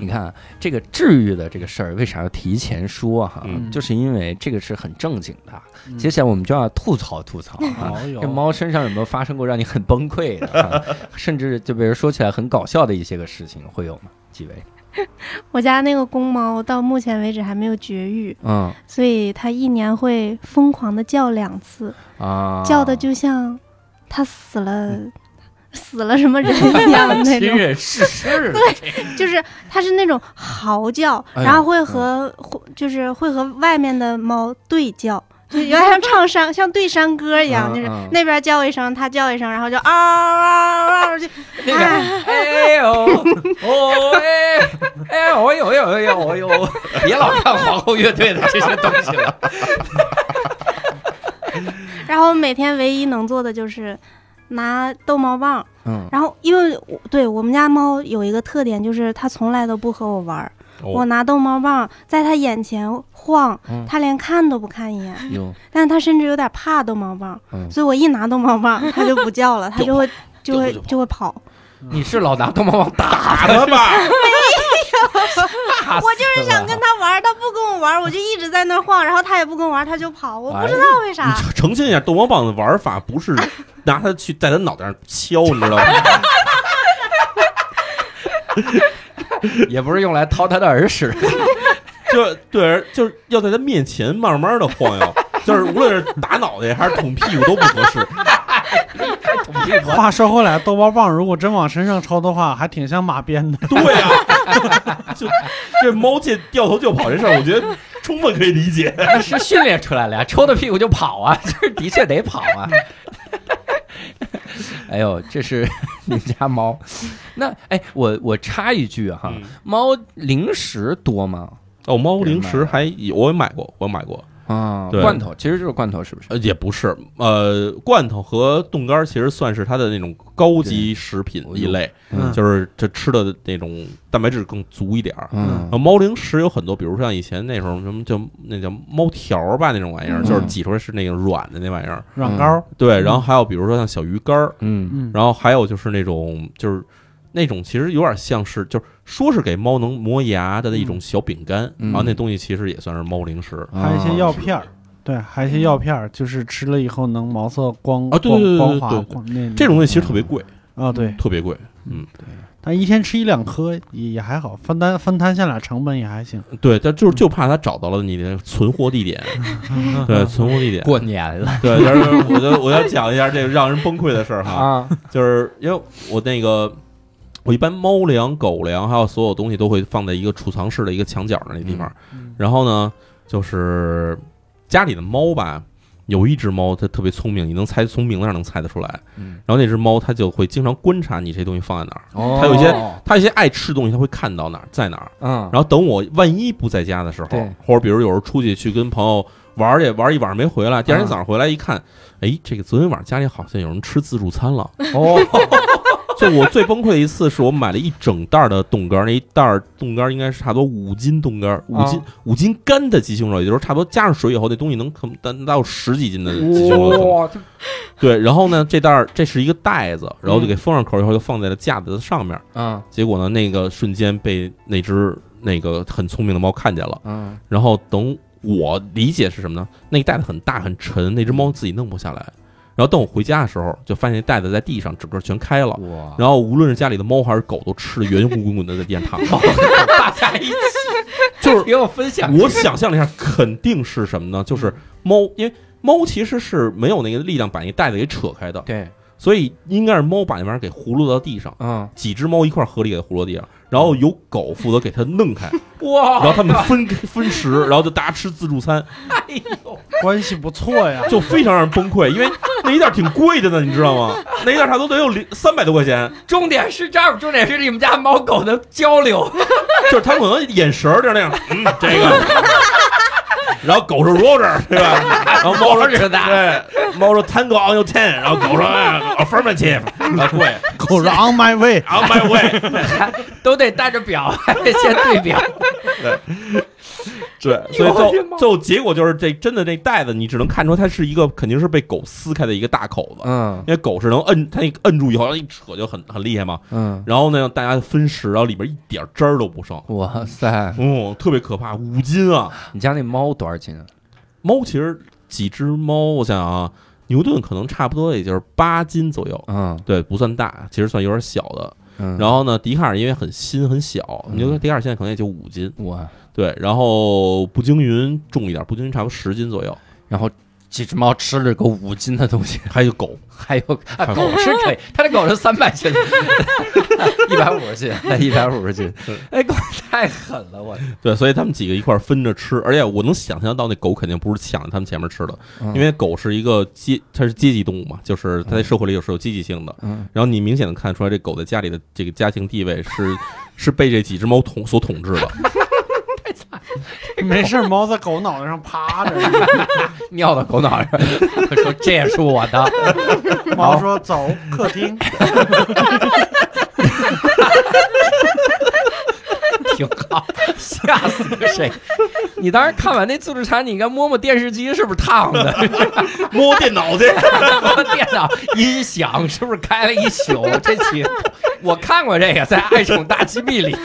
你看啊这个治愈的这个事儿，为啥要提前说哈、嗯就是因为这个是很正经的。嗯接下来我们就要吐槽吐槽 啊，哦哎呦这猫身上有没有发生过让你很崩溃的、 啊，甚至就比如说起来很搞笑的一些个事情，会有吗？几位？我家那个公猫到目前为止还没有绝育，嗯所以它一年会疯狂的叫两次，啊，叫 的就像它死了、嗯死了什么人一样 那亲种，人逝世了，就是它是那种嚎叫，哎呦然后会和、会就是会和外面的猫对叫，就有点像唱山像 对山歌一样，嗯就是嗯那边叫一声，它叫一声，然后就啊嗷嗷嗷啊 嗷就那个，哎呦，哦哎，哎呦，哎呦，哎呦，哎呦，哎呦，别老看皇后乐队的这些东西了。然后每天唯一能做的就是拿逗猫棒，嗯，然后因为我对我们家猫有一个特点，就是它从来都不和我玩儿。哦我拿逗猫棒在它眼前晃嗯，它连看都不看一眼，有，但是它甚至有点怕逗猫棒，嗯所以我一拿逗猫 棒，它就不叫了，它就会。就会就跑就会跑，你是老拿逗猫棒打打他吧！他，啊我就是想跟他。它玩儿，它不跟我玩儿，我就一直在那儿晃，然后它也不跟我玩儿，它就跑，我不知道为啊啥。你澄清一下，逗猫棒的玩法不是拿它去在它脑袋上敲，你知道吗？也不是用来掏他的耳屎，就对，就是要在它面前慢慢的晃悠，就是无论是打脑袋还是捅屁股都不合适。话说回来，逗猫棒如果真往身上抽的话，还挺像马鞭的。对呀、啊， 就这猫界掉头就跑这事儿，我觉得充分可以理解。是训练出来了呀，抽他屁股就跑啊，就是的确得跑啊。哎呦，这是你们家猫，那哎，我我插一句哈，嗯猫零食多吗？哦，猫零食还有我也买过，我买过，啊，对罐头其实就是罐头，是不是？呃，也不是，呃，罐头和冻干儿其实算是它的那种高级食品一类，嗯就是这吃的那种蛋白质更足一点儿。嗯呃，猫零食有很多，比如像以前那时候什么叫那叫猫条儿吧，那种玩意儿，嗯就是挤出来是那个软的那玩意儿。软膏，对，然后还有比如说像小鱼干儿，嗯嗯，然后还有就是那种就是那种其实有点像是就是说是给猫能磨牙的那一种小饼干，嗯然后那东西其实也算是猫零食。还有一些啊药片哦儿，对，还有一些药片儿，就是吃了以后能毛色光啊对对对光光滑对对光嗯那这种东西其实特别贵，啊，对，特别贵。但一天吃一两颗也也还好，分担分摊下来成本也还行。对，但嗯就是就怕他找到了你的存活地 点，对，存活地点。过年了对，就是我就我要讲一下这个让人崩溃的事儿哈，啊，就是因为我那个我一般猫粮、狗粮还有所有东西都会放在一个储藏室的一个墙角的那地方，嗯然后呢，就是家里的猫吧。有一只猫，它特别聪明，你能猜从名字上能猜得出来。嗯然后那只猫，它就会经常观察你这东西放在哪儿，哦它有一些它一些爱吃的东西，它会看到哪儿在哪儿。嗯，然后等我万一不在家的时候对，或者比如有时候出去去跟朋友玩儿去，玩儿一晚上没回来，第二天啊早上回来一看，哎，这个昨天晚上家里好像有人吃自助餐了。哦，就我最崩溃的一次是我买了一整袋儿的冻干儿，那一袋儿冻干儿应该是差不多五斤冻干儿，五斤、啊五斤干的鸡胸肉，也就是差不多加上水以后，那东西能可能到十几斤的鸡胸肉可能。哇，这对，然后呢，这袋儿这是一个袋子，然后就给封上口以后，就放在了架子的上面。嗯结果呢，那个瞬间被那只那个很聪明的猫看见了。嗯，然后等我理解是什么呢？那个袋子很大很沉，那只猫自己弄不下来。然后等我回家的时候，就发现袋子在地上整个全开了。哇，然后无论是家里的猫还是狗，都吃的圆滚滚的在地上躺着。 大家一起就是给我分享我想象了一下，肯定是什么呢？就是猫，因为猫其实是没有那个力量把那个袋子给扯开的，对，所以应该是猫把那玩意儿给葫芦到地上，嗯，几只猫一块儿合力给葫芦到地上，然后由狗负责给它弄开，然哇，后他们分分食，然后就大家吃自助餐。哎呦， 关系不错呀，就非常让人崩溃，因为那一袋儿挺贵的呢，你知道吗？那一袋儿差不多得有零三百多块钱，重点是这儿，重点是你们家猫狗的交流， 就是他可能眼神儿就是那样，嗯，这个，然后狗说 Roger，对吧？然后猫说狗是的对，猫说 Tango on your ten，然后狗说哎 affirmative，啊贵狗是 on my way， ，on my way，都得带着表，还得先对表，对，所以就就结果就是这真的那袋子，你只能看出它是一个肯定是被狗撕开的一个大口子。 嗯因为狗是能摁，它一摁住以后，然后一扯就很很厉害嘛。嗯，然后呢，大家分食，然后里边一点汁儿都不剩。哇塞，哦，特别可怕，五斤啊！你家那猫多少斤啊？猫其实几只猫，我想想啊，牛顿可能差不多也就是八斤左右，嗯对，不算大，其实算有点小的。嗯，然后呢，迪卡尔因为很新很小，嗯你就说迪卡尔现在可能也就五斤，我，对。然后步惊云重一点，步惊云差不多十斤左右，然后几只猫吃了个五斤的东西，还有狗，还有啊，狗是可以，他的狗是三百斤，一百五十斤，一百五十斤，哎，狗太狠了，我，对，所以他们几个一块儿分着吃，而且我能想象到那狗肯定不是抢着他们前面吃的，嗯因为狗是一个阶，它是阶级动物嘛，就是它在社会里有是有阶级性的。嗯，然后你明显的看出来，这狗在家里的这个家庭地位是是被这几只猫统所统治的。没事儿，猫在狗脑袋上趴着， 尿到狗脑上，说这也是我的，猫说走客厅，挺好，吓死谁？你当时看完那自助餐，你应该摸摸电视机是不是烫的， 摸电脑去，摸摸电脑音响是不是开了一宿？这期我看过这个，在《爱宠大机密》里，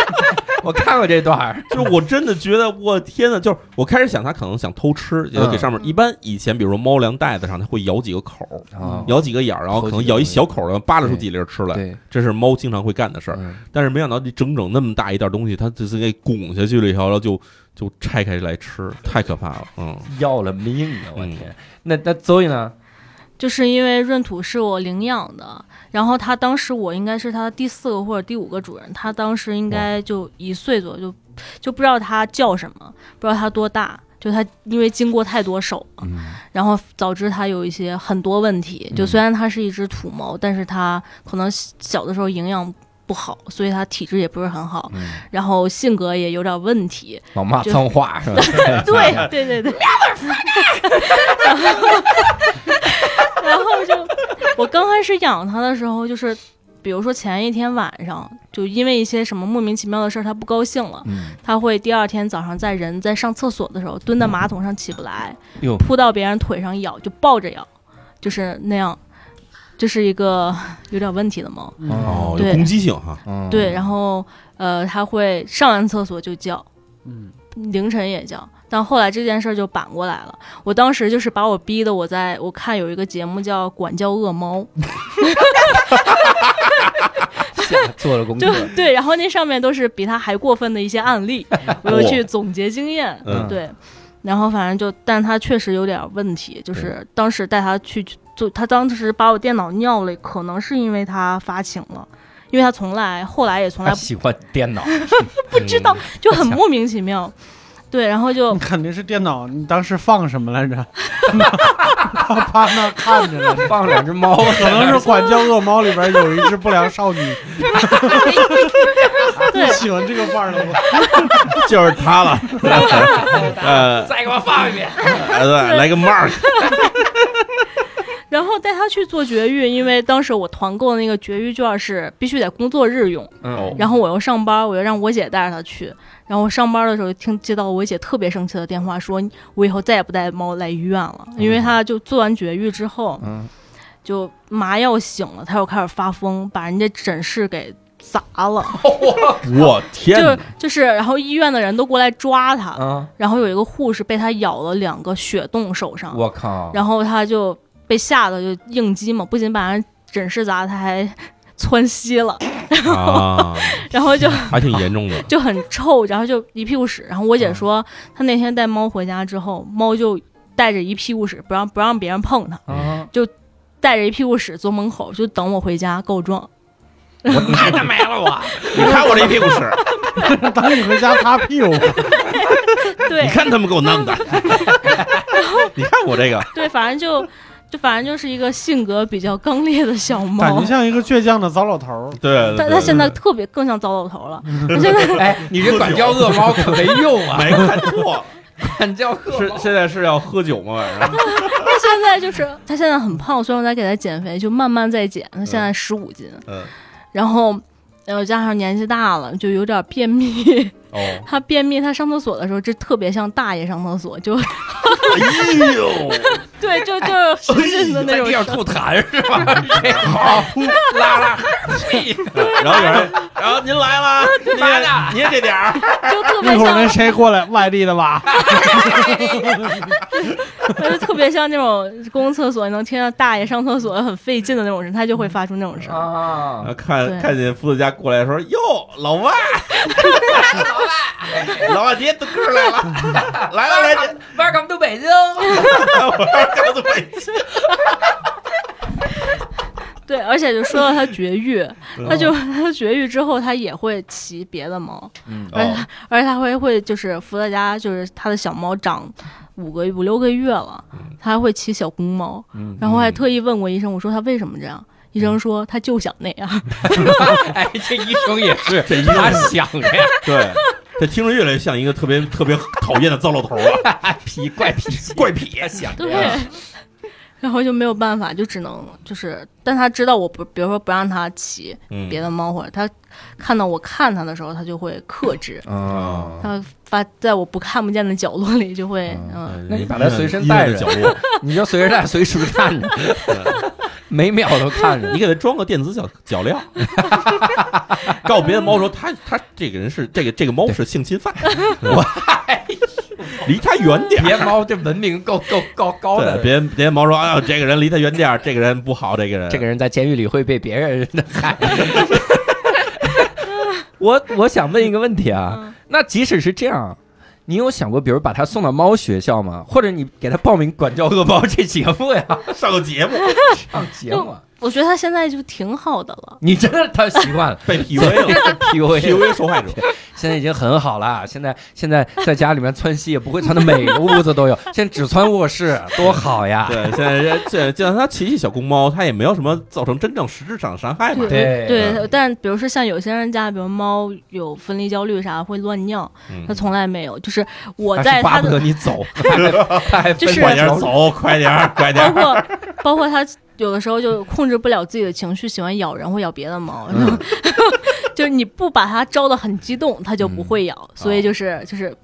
我看过这段儿， 就是我真的觉得，我天呐，就是我开始想它可能想偷吃，也就给上面。一般以前，比如说猫粮袋子上，它会咬几个口儿，啊哦咬几个眼儿，然后可能咬一小口儿，然后扒拉出几粒儿吃来。对，这是猫经常会干的事儿。嗯但是没想到这整整那么大一袋东西，它就是给拱下去了以后，然后就就拆开来吃，太可怕了。嗯，要了命啊！我天，那那 Zoe 呢？就是因为闰土是我领养的，然后他当时我应该是他的第四个或者第五个主人，他当时应该就一岁左右，就就不知道他叫什么，不知道他多大，就他因为经过太多手嗯了，然后导致他有一些很多问题。就虽然它是一只土猫，但是它可能小的时候营养不好，所以它体质也不是很好，嗯然后性格也有点问题。老骂就脏话是吧？ 对对对对， 然后然后就我刚开始养它的时候，就是比如说前一天晚上，就因为一些什么莫名其妙的事儿，它不高兴了。嗯，它会第二天早上在人在上厕所的时候蹲在马桶上起不来，哟扑到别人腿上咬，就抱着咬，就是那样，就是一个有点问题的猫。哦，有对攻击性哈，嗯对，然后呃，它会上完厕所就叫，嗯，凌晨也叫。但后来这件事儿就反过来了，我当时就是把我逼的，我在我看有一个节目叫《管教恶猫》，做了功 就课，对，然后那上面都是比他还过分的一些案例，我又去总结经验，嗯对，然后反正就，但他确实有点问题，就是当时带他去就他当时把我电脑尿了，可能是因为他发情了，因为他从来后来也从来他不喜欢电脑， 不知道，就很莫名其妙，对，然后就你肯定是电脑，你当时放什么来着？他趴那看着了，放两只猫，可能是《管教恶猫》里边有一只不良 少女，对你喜欢这个范儿了吗？就是他 了。 呃， 再给我放一遍。对，呃来个 mark，然后带他去做绝育，因为当时我团购的那个绝育券是必须得工作日用。嗯，然后我又上班，我又让我姐带着她去。然后我上班的时候听接到我姐特别生气的电话，说我以后再也不带猫来医院了，因为她就做完绝育之后，嗯就麻药醒了，她又开始发疯，把人家诊室给砸了，我天就哪是，就是，然后医院的人都过来抓她，啊，然后有一个护士被她咬了两个血洞手上，我靠，然后她就被吓得就应激嘛，不仅把人诊室砸，她还窜 稀了，啊，然后就。还挺严重的。就很臭，然后就一屁股屎。然后我姐嗯说，她那天带猫回家之后，猫就带着一屁股屎，不让不让别人碰它， 啊，带着一屁股屎坐门口就等我回家告 状。我太他没了我，你看我这一屁股 屎，当你回家擦屁股，你对看他们给我弄 的，你看我这个，对，反正就就反正就是一个性格比较刚烈的小感猫觉。像一个倔强的糟老头儿。对，但它现在特别更像糟 老头了，它现在哎，你这管教恶猫可没用啊，没看错， 管教恶是猫现在是要喝酒吗？晚上它现在就是它现在很胖，所以我在给它减肥，就慢慢在减。它现在十五斤， 嗯然后呃加上年纪大了，就有点便秘。 哦，他便秘，他上厕所的时候，这特别像大爷上厕所， 就哎呦，对，就就是使劲的那在地上种。吐痰是吧？ 哎好，拉拉，然后有人，然后您来了，您妈的您这点儿，就特一别会儿那像，谁过来，外地的 吧？ 就特别像那种公共厕所，你能听到大爷上厕所很费劲的那种声，他就会发出那种声。啊，看对看见夫子家过来的时候，哟，老外，老外，老外，爹的哥来了， 来了来了， ，Welcome to 北京。我告诉你，对，而且就说到他绝育，嗯他就他绝育之后，他也会骑别的猫，嗯而且哦，而且他会会就是伏特加，就是他的小猫长五个五六个月了，他还会骑小公猫，嗯然后还特意问过医生，我说他为什么这样？医生说他就想那样。哎，这医生也是，他想的呀，对，这听着越来越像一个特别特别讨厌的糟老头了。 痞怪痞，怪痞，他 想的 对啊呀。， 然后就没有办法，就只能就是，但他知道我不，比如说不让他骑嗯别的猫，或者他看到我看他的时候，他就会克制，啊，他发在我不看不见的角落里就会，嗯，那呃你把它随身带着 阴暗的角落，你就随时带，随时看着， 每秒都看着你。给它装个电子脚脚镣，告别的猫说他他这个人是这个这个猫是性侵犯，我哎离他远点 儿。别猫这文明够够够高对，的，别别猫说啊，这个人离他远点儿，这个人不好，这个人这个人在监狱里会被别人害。 我我想问一个问题啊，那即使是这样，你有想过，比如把他送到猫学校吗？或者你给他报名管教恶猫这节目呀？上个节目，上节目啊，我觉得它现在就挺好的了。你真的太习 惯了被 PUA 了，PUA ，PUA 受害者，现在已经很好了。啊现在现在在家里面窜戏，不会窜的每个屋子都 有，现在只窜卧室，多好呀！对，现在人这就像他骑骑小公猫，他也没有什么造成真正实质上的伤害嘛。对对，但比如说像有些人家，比如猫有分离焦虑啥，会乱尿，嗯它从来没有。就是我还是在巴它不得的，你 走，他还就是快啊点走，快点，快包点。括包括它有的时候就控制不了自己的情绪，喜欢咬人或咬别的猫。嗯 就是你不把它招得很激动，它就嗯不会咬。所哦以就是就是。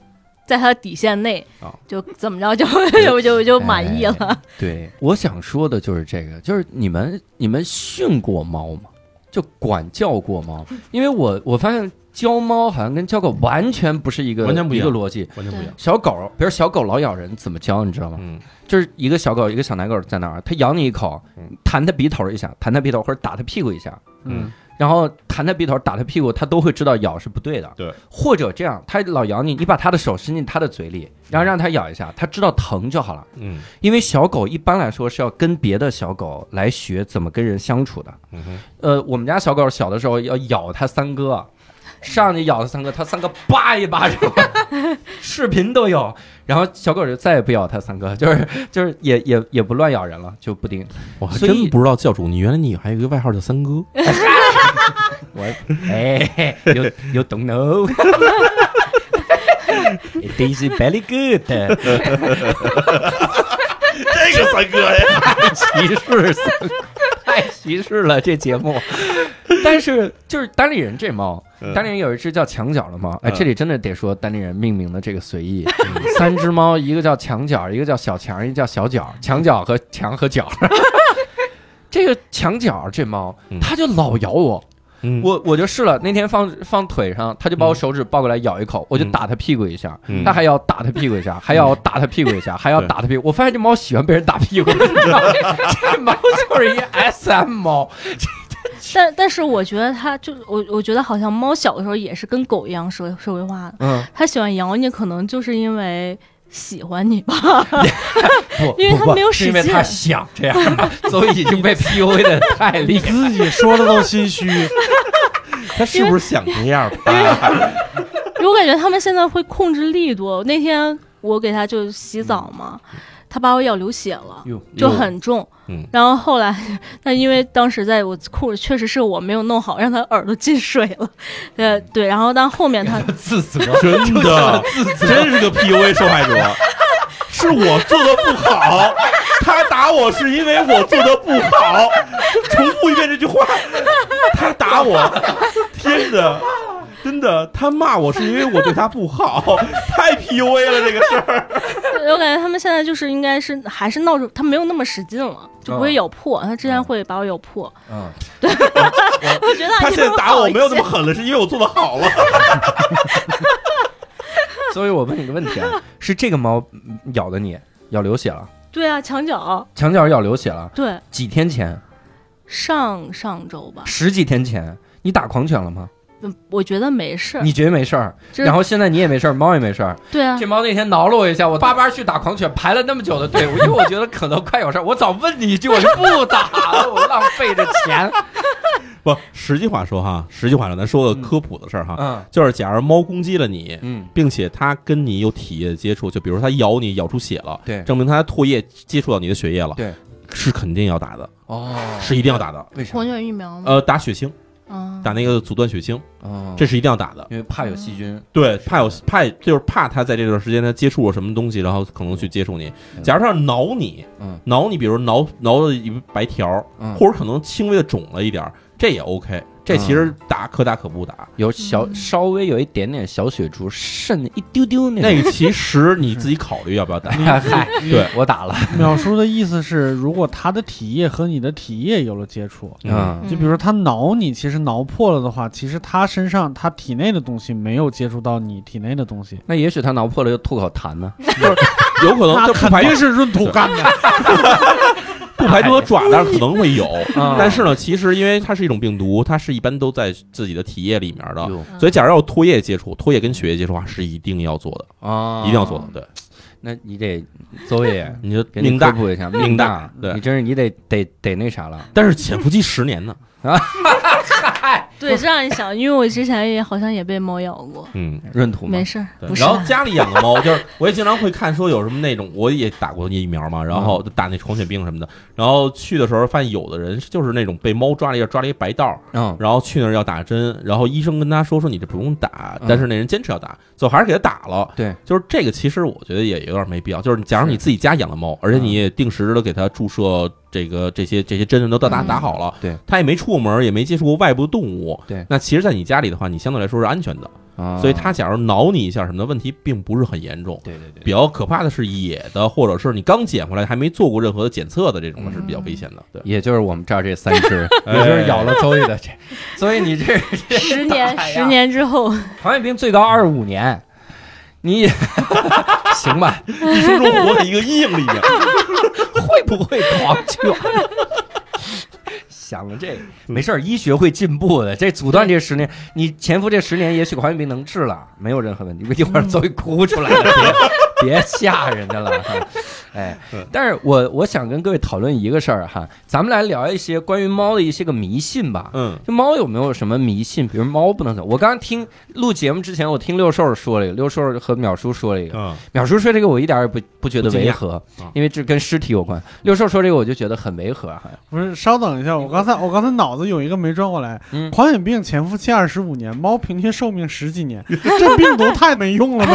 在它的底线内哦，就怎么着就 就就就满意哎了。对，我想说的就是这个，就是你们你们训过猫吗？就管教过猫？因为我我发现教猫好像跟教狗完全不是一个完全不一一样个逻辑。完全不一样。小狗，比如小狗老咬人，怎么教你知道吗？嗯，就是一个小狗，一个小奶狗在那儿，它咬你一口嗯，弹它鼻头一下，弹它鼻头或者打它屁股一下，嗯，然后弹它鼻头打它屁股，它都会知道咬是不对的。对，或者这样，它老咬你，你把它的手伸进它的嘴里，然后让它咬一下，它知道疼就好了。嗯因为小狗一般来说是要跟别的小狗来学怎么跟人相处的。嗯哼，呃，我们家小狗小的时候要咬它三哥，上去咬它三哥，它三哥叭一巴掌， 视频都有。然后小狗就再也不咬它三哥，就是就是也也也不乱咬人了，就不盯。我还所以真不知道教主，你原来你还有一个外号叫三哥，我哎，you you don't know 。This is very good， 这个三哥呀，歧视死，太歧视了这节目。 但是就是单立人这猫，单立人有一只叫墙角的猫，哎，嗯这里真的得说单立人命名的这个随 意，三只猫，一个叫墙角，一个叫小强，一个叫小角，墙角和墙和 角。这个墙角这猫嗯，它就老咬我， 嗯我我就试了，那天放放腿上，它就把我手指抱过来咬一口，我就打它屁股一下，嗯它还要打它屁股一 下，还要打它屁股一下，还要打它屁股。我发现这猫喜欢被人打屁股，你知 道吗这猫就是一 S M 猫，但但是我觉得它就我我觉得好像猫小的时候也是跟狗一样社会社会化的，嗯，它喜欢咬你，可能就是因为喜欢你吧。不，因为它不不没有是因为使劲它想这样，所以已经被 P U A 的太厉害了。自己说的都心虚。 他是不是想这样？因为我感觉他们现在会控制力度。那天我给它就洗澡嘛，它把我咬流血了。哟，就很重，嗯然后后来，但因为当时在我控，确实是我没有弄好，让它耳朵进水了，呃，对，然后但后面它自责， 真的，真是个 PUA 受 害者，是我做的不好，他打我是因为我做的不好。重复一遍这句 话，他打我，天的。真的，他骂我是因为我对他不好，太 PUA 了这 个事儿。 我感觉他们现在就是应该是还是闹着，他没有那么使劲了，就嗯不会咬破。他之前会把我咬 破，嗯，我觉得他还现是在打我没有那么好狠了，是因为我做的好了。所以我问你个问题啊，是这个猫咬的你，咬流血了，一些。对啊，墙角，墙角咬流血了，对，几天前？上上周吧，十几天前，你打狂犬了吗？嗯我觉得没事儿。你觉得没事儿，这然后现在你也没事儿，猫也没事儿。对啊这，猫那天挠了我一下，我巴巴去打狂犬，排了那么久的队伍，因为我觉得可能快有事儿。我早问你一句，我就不打了，我浪费这钱。不，实际话说哈，实际话说，咱说个科普的事儿哈，嗯就是假如猫攻击了你，嗯，并且它跟你有体液接触，就比如它咬你，咬出血了，对证明它唾液接触到你的血液了，对，是肯定要打的，哦，是一定要打的。为啥？狂犬疫苗吗？呃，打血清，嗯，打那个阻断血清，哦，这是一定要打的。因为怕有细菌。对，怕有怕就是怕它在这段时间它接触了什么东西，然后可能去接触你。假如它要挠你，嗯挠你，比如挠挠了一白条儿，嗯，或者可能轻微的肿了一点儿，这也 OK。这其嗯实打可打可不打，嗯有小稍微有一点点小血珠，渗一丢丢那 那个其实你自己考虑要不要打。个。 嗨，对，我打了。淼叔的意思是，如果他的体液和你的体液有了接触，嗯，就比如说他挠你，其实挠破了的话，其实他身上他体内的东西没有接触到你体内的东西，那也许它挠破了又吐口痰呢。有可能那这不肯排定是闰土干的。不排除它爪子上可能会有，嗯 但是呢，其实因为它是一种病毒，它是一般都在自己的体液里面的，哟所以假如要有唾液接触，唾液跟血液接触的话是一定要做的，啊一定要做的。对，那你得邹 爷你就给你命科大，普一下，命大大，对你真是你得得得那啥了。但是潜伏期十年呢。对，这样一想，因为我之前也好像也被猫咬过，嗯，闰土嘛没，事儿，对不是啊然。后家里养的 猫，就是我也经常会看说有什么那种，我也打过疫苗嘛，然嗯后打那狂犬病什么的。然后去的时候发现有的人就是那种被猫抓了一下，抓了一白道，嗯，然后去那儿要打针，然后医生跟他说说你这不用打嗯，但是那人坚持要打，最后还是给他打了。对，就是这个，其实我觉得也有点没必要。就是嗯假如你自己家养的猫，而且你也定时的给它注射这个这些这些针都打打嗯打好了，对，它也没出过门，也没接触过外部动物，对那其实，在你家里的话，你相对来说是安全的，啊所以它假如挠你一下什么的，问题并不是很严重。对对对，比较可怕的是野的，或者是你刚捡回来还没做过任何的检测的这种的是比较危险的。对，也就是我们这儿这三只，哎也就是咬了邹爷的这，所以你这十年，哎呀十年之后，狂犬病最高二十五年，你 行吧？ 一生中活在一个阴影里面。会不会狂犬？想了这个没事儿，医学会进步的。这阻断这十年，你潜伏这十年，也许狂犬病能治了，没有任何问题。一会儿终于哭出来了，别别吓人家了。哈 哎嗯，但是我我想跟各位讨论一个事儿哈，咱们来聊一些关于猫的一些个迷信吧。嗯，就猫有没有什么迷信？比如猫不能走。我刚刚听录节目之前，我听六兽说了一个，六兽和淼叔说了一个，嗯淼叔说这个我一点儿也不不觉得不惊讶违和啊，因为这跟尸体有关。六兽说这个我就觉得很违和，好像 不是，稍等一下，我刚才我刚才脑子有一个没转过来。嗯狂犬病潜伏期二十五年，猫平均寿命十几年，这病毒太没用了吧？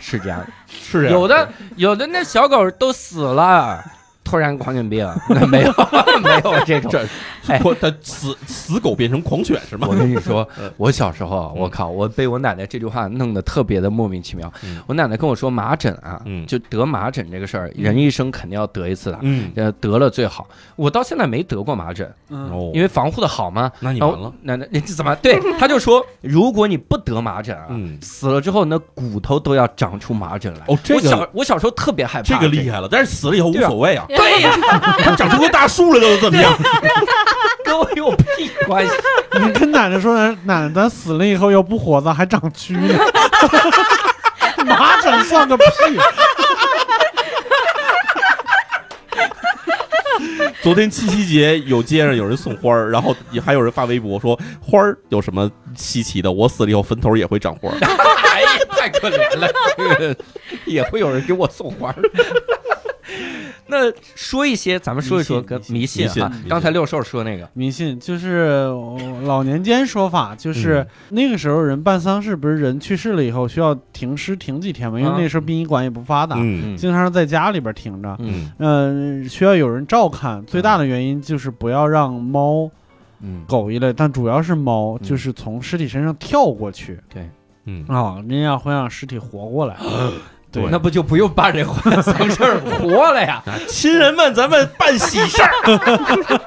是这样的。是啊这样有的有的那小狗都死了，突然狂犬病，那没有 没有这种。这哎我它死死狗变成狂犬是吗我？跟你说，我小时候，啊嗯我靠，我被我奶奶这句话弄得特别的莫名其妙嗯。我奶奶跟我说，麻疹啊，嗯就得麻疹这个事儿，人一生肯定要得一次的，嗯，呃，得了最好。我到现在没得过麻疹，嗯，哦，因为防护的好嘛。那你然完后了，奶奶，哦你怎么？对，他就说，如果你不得麻疹啊，嗯，死了之后，那骨头都要长出麻疹来。哦这个我小我小时候特别害怕这个厉害了，但是死了以后无对啊所谓啊，对呀、它长出个大树来都怎么样？ 跟我有屁关系？ 你跟奶奶说，奶奶咱死了以后要不活着还长蛆呢， 麻疹算个屁！昨天七夕节有街上有人送花儿，然后也还有人发微博说花儿有什么稀奇的？我死了以后坟头也会长 花儿。哎呀，太可怜了，这个 也会有人给我送花儿。那说一些，咱们说一说跟迷迷信信哈迷信。刚才六兽说那个，迷信就是我老年间说法，就是那个时候人办丧事，不是人去世了以后需要停尸停几天嘛？因为啊那时候殡仪馆也不发达，嗯经常在家里边停着。嗯嗯、需要有人照看。最大的原因就是不要让猫、嗯狗一类，但主要是猫，嗯就是从尸体身上跳过去嗯，啊，那样会让尸体活过来。对，那不就不用办这 婚丧事儿活了呀？亲人们，咱们办喜事儿。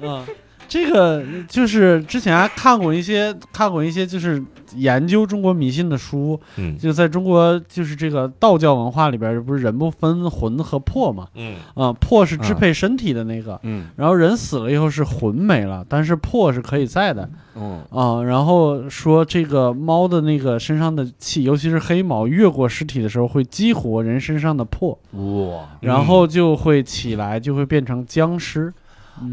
嗯，这个就是之前还看过一些看过一些就是研究中国迷信的书， 嗯就在中国就是这个道教文化里边儿，不是人不分魂和魄嘛？嗯啊、魄是支啊配身体的那个，嗯然后人死了以后是魂没了，但是魄是可以在的嗯啊、然后说这个猫的那个身上的气，尤其是黑毛越过尸体的时候，会激活人身上的魄，哇然后就会起来，就会变成僵尸。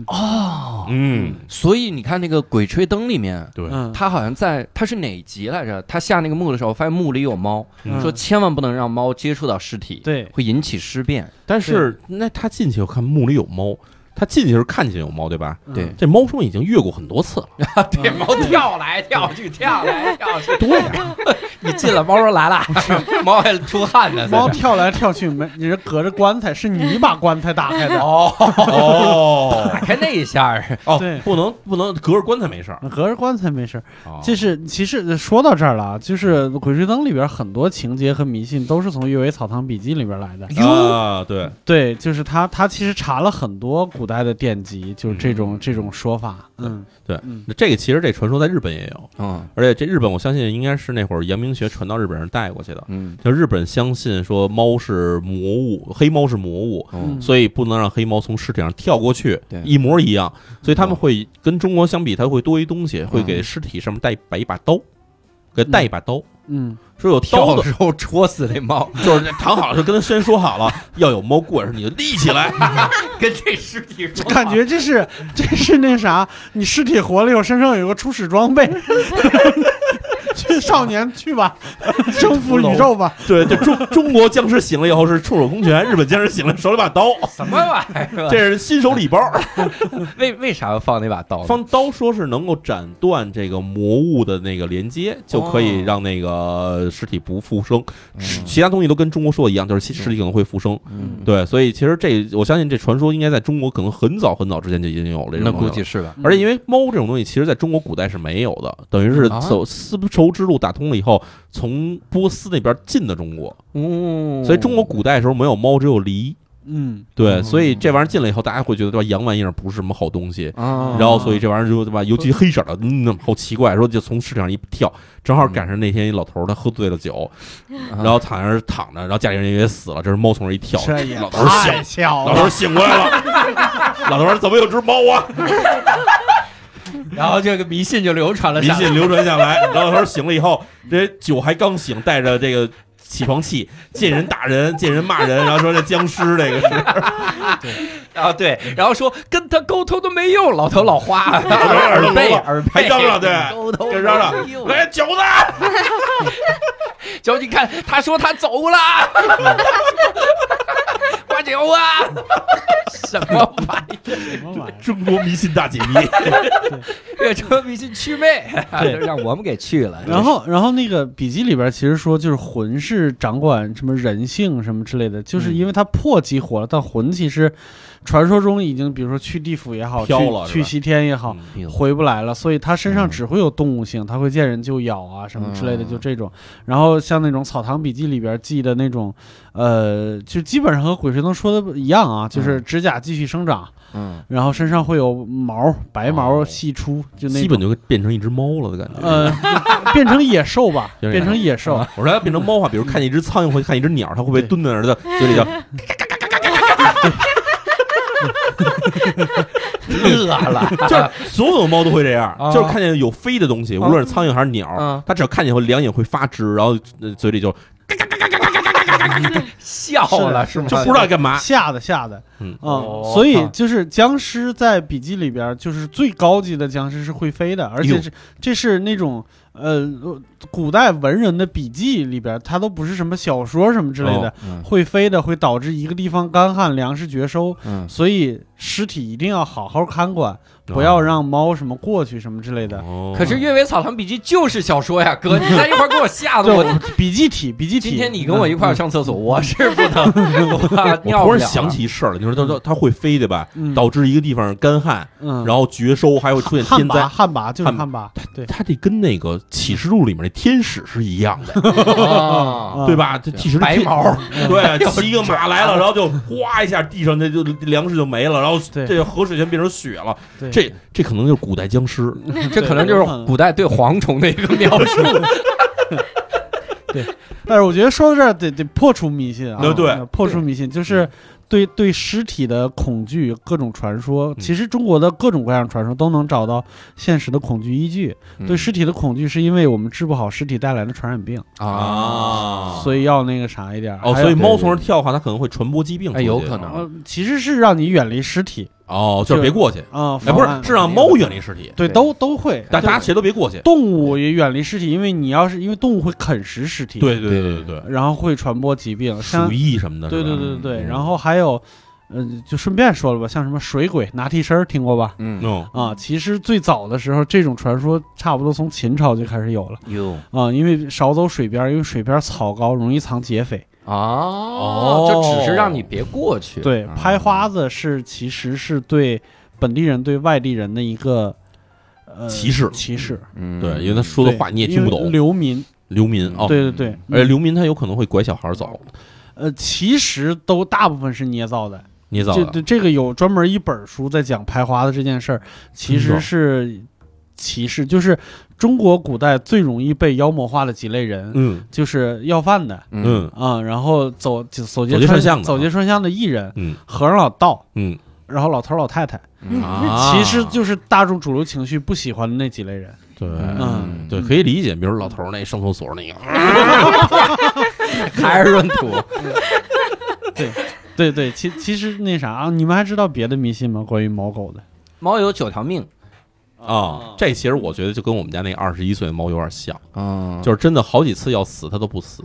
哦，嗯，所以你看那个《鬼吹灯》里面。对嗯，他好像在他是哪集来着？他下那个墓的时候，发现墓里有猫，嗯说千万不能让猫接触到尸体，对，会引起尸变。但是那他进去我看墓里有猫，他进去时候看见有猫对吧？嗯对这猫说已经越过很多次了， 啊对，猫跳来跳去，跳来跳去。对啊呀， 你进了，猫说来 了，猫还出汗呢。猫跳来跳去，没你是隔着棺材，是你把棺材打开的，哦打开那一下儿，对哦，不能不能隔着棺材没事儿，隔着棺材没事儿。哦就是其实说到这儿了啊，就是《鬼吹灯》里边很多情节和迷信都是从《阅微草堂笔记》里边来的。啊，对，对，就是他，他其实查了很多古代的典籍，就是这种、这种说法。嗯，那这个其实这传说在日本也有，嗯而且这日本我相信应该是那会儿阳明学传到日本人带过去的。嗯就日本相信说猫是魔物，黑猫是魔物，嗯所以不能让黑猫从尸体上跳过去对，一嗯模一样。所以他们会跟中国相比，它会多一东西，会给尸体上面带摆一把刀。给带一把刀，嗯，说有刀的的，时候戳死那猫，就是躺好了就跟他先说好 了，要有猫棍儿你就立起来， 跟这尸体说话感觉这是 这是那啥，你尸体活了以后身上有个初始装 备，去少年去 吧，征服宇宙吧，对，就中中国僵尸醒了以后是触手空 拳，日本僵尸醒了手里把刀，什么玩 意儿啊？这是新手礼包。为为啥要放那把刀呢？放刀说是能够斩断这个魔物的那个连接，就可以让那个尸体不复生。是其他东西都跟中国说的一样，就是其尸体可能会复生。哦嗯，对，所以其实这我相信这传说应该在中国可能很早很早之前就已经有了这种那东西估了计是嗯吧？而且因为猫这种东西，其实在中国古代是没有的，等于是啊走丝绸之路打通了以后，从波斯那边进的中国，嗯所以中国古代的时候没有猫，只有狸。嗯，对，嗯所以这玩意儿进来以后，大家会觉得对吧，洋玩意儿不是什么好东西。嗯啊，然后，所以这玩意儿就对吧，尤其黑色的，嗯，好奇怪。说就从市场上一跳，正好赶上那天一老头儿他喝醉了酒，然后躺那儿躺着，然后家里人以为死了，这是猫从这儿一跳，这也老头儿醒太巧老头了，儿醒过来了，老头儿说怎么有只猫啊？然后这个迷信就流传了迷下来。信流传下来。然后他说醒了以后，这酒还刚醒，带着这个起床气，见人打人，见人骂人，然后说这僵尸这个是啊，对，然后说跟他沟通都没用，老头老花，啊 耳耳朵聋了背耳背还嚷嚷对沟通跟 嚷嚷没用来饺子。就你看，他说他走了，花酒啊，什么玩意？什么玩意儿？中国迷信大解密，越车迷信祛魅，就让我们给去了。然后，然后那个笔记里边其实说，就是魂是掌管什么人性什么之类的，嗯就是因为它破激活了，但魂其实传说中已经，比如说去地府也好，去飘了是吧嗯去西天也好，回不来了，所以它身上嗯只会有动物性，它会见人就咬啊什么之类的，嗯就这种。然后像那种草堂笔记里边记的那种，呃，就基本上和鬼吹灯说的一样啊，嗯就是指甲继续生长，嗯，然后身上会有毛，白毛哦细出，就那基种本。就变成一只猫了的感觉。呃，变成野兽吧，有点嗯变成野兽，我说要变成猫的话，比如看见一只苍蝇或者看见一只鸟，它会不会对蹲在那儿的嘴里叫？饿 了，就是所有的猫都会这样，啊就是看见有飞的东西，无论是苍蝇还是鸟，啊嗯它只要看见以后两眼会发直，然后呃嘴里就笑了是吗？啊就不知道干嘛。吓的吓的，嗯啊哦所以就是僵尸在笔记里边，就是最高级的僵尸是会飞的，而且是这是那种呃古代文人的笔记里边，它都不是什么小说什么之类的，哦嗯会飞的会导致一个地方干旱，粮食绝收，嗯所以尸体一定要好好看管，不要让猫什么过去什么之类的。啊哦可是《阅微草堂笔记》就是小说呀，哥，你在一块儿给我吓得对，我。我笔记体，笔记体。今天你跟我一块儿上厕所，我是不能，我我突然想，起一事儿了，你说它它它会飞对吧？嗯，导致一个地方干旱，嗯，然后绝收，还会出现旱天魃，灾。旱魃就是旱旱魃，对，它得跟那个《启示录》里面那天使是一样的，啊 啊对吧？这启示录白天毛，对，骑个马来了，然后就哗一下，地上那就粮食就没了，然后对这河水全变成雪了。对这这可能就是古代僵尸，这可能就是古代对蝗虫的一个 描述。但是我觉得说到这儿得得破除迷信啊，对对嗯呃破除迷信就是对对尸体的恐惧，各种传说，嗯其实中国的各种各样的传说都能找到现实的恐惧依据。嗯嗯对尸体的恐惧是因为我们治不好尸体带来的传染病， 啊，所以要那个啥一点儿。哦，还所有以猫从那儿跳的话，它可能会传播疾病出哎，去，啊有可能。呃其实是让你远离尸体哦，就是别过去，啊，哎，防不范是，是让猫远离尸体，对都都会，但就大家谁都别过去。动物也远离尸体，因为你要是因为动物会啃食尸体，，对对对对对，然后会传播疾病，像鼠疫什么的，对是吧对对对，嗯然后还有，呃，就顺便说了吧，像什么水鬼、拿替身儿听过吧？嗯，嗯，啊，其实最早的时候，这种传说差不多从秦朝就开始有了有啊，因为少走水边儿，因为水边儿草高，容易藏劫匪。啊，哦就只是让你别过去。对，啊拍花子是其实是对本地人对外地人的一个呃歧视歧视，嗯对，因为他说的对话你也因听不为懂，流民，流民哦，对对对，而且嗯流民他有可能会拐小孩走，呃，其实都大部分是捏造的。你走这了这这个有专门一本书在讲排华的这件事儿，嗯其实是歧视，就是中国古代最容易被妖魔化的几类人，嗯就是要饭的嗯嗯啊、然后走走走走街街串串巷的啊走街串巷的艺人，嗯和尚老道嗯，然后老头儿老太太，嗯啊嗯其实就是大众主流情绪不喜欢的那几类人。对，嗯对，可以理解。比如老头儿那上厕所那个， 还是闰土，对对，其其实那啥啊，你们还知道别的迷信吗？关于猫狗的？猫有九条命，啊，这其实我觉得就跟我们家那二十一岁的猫有点像，嗯，就是真的好几次要死它都不死，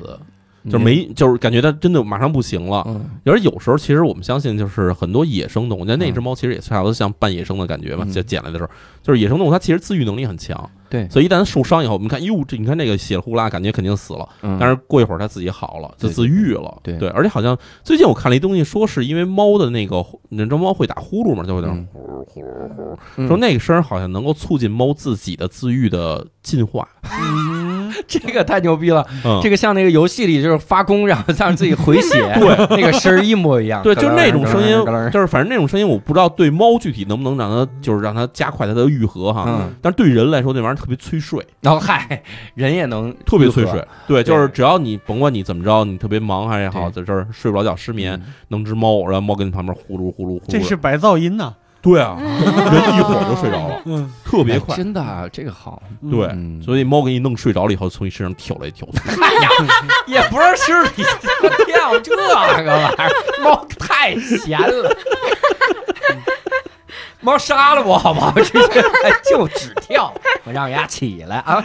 就是没就是感觉它真的马上不行了。嗯，而有时候其实我们相信，就是很多野生动物，那那只猫其实也差不多像半野生的感觉吧，嗯就捡来的时候，就是野生动物它其实自愈能力很强，对所以一旦受伤以后，我们看哟，这你看这个血呼啦，感觉肯定死了，嗯但是过一会儿它自己好了，就对自愈了，对而且好像最近我看了一东西，说是因为猫的那个，你知道猫会打呼噜嘛，就会在那嗯呼噜呼噜呼噜，嗯说那个声儿好像能够促进猫自己的自愈的进化，这个太牛逼了，嗯，这个像那个游戏里就是发功，然后让自己回血， 对那个声儿一模一样，对，就是那种声咯咯咯咯音，咯就是反正那种声音，我不知道对猫具体能不能让它，就是让它加快它的愈合哈。嗯，但是对人来说，那玩意儿特别催睡，然后嗨，人也能特别催愈睡合。对，就是只要你甭管你怎么着，你特别忙还是也好，在这儿睡不着觉、失眠，嗯弄只猫，然后猫跟你旁边呼噜呼噜呼噜。这是白噪音呐、对啊，人一会儿就睡着了，嗯，特别哎快。真的啊这个好，嗯对，嗯 所以猫给你弄睡着了以后，从你身上挑来挑去。也不是尸体，我天啊，这个玩意儿，猫太闲了。猫杀了我好不好？直接哎就只跳，我让人家起来啊！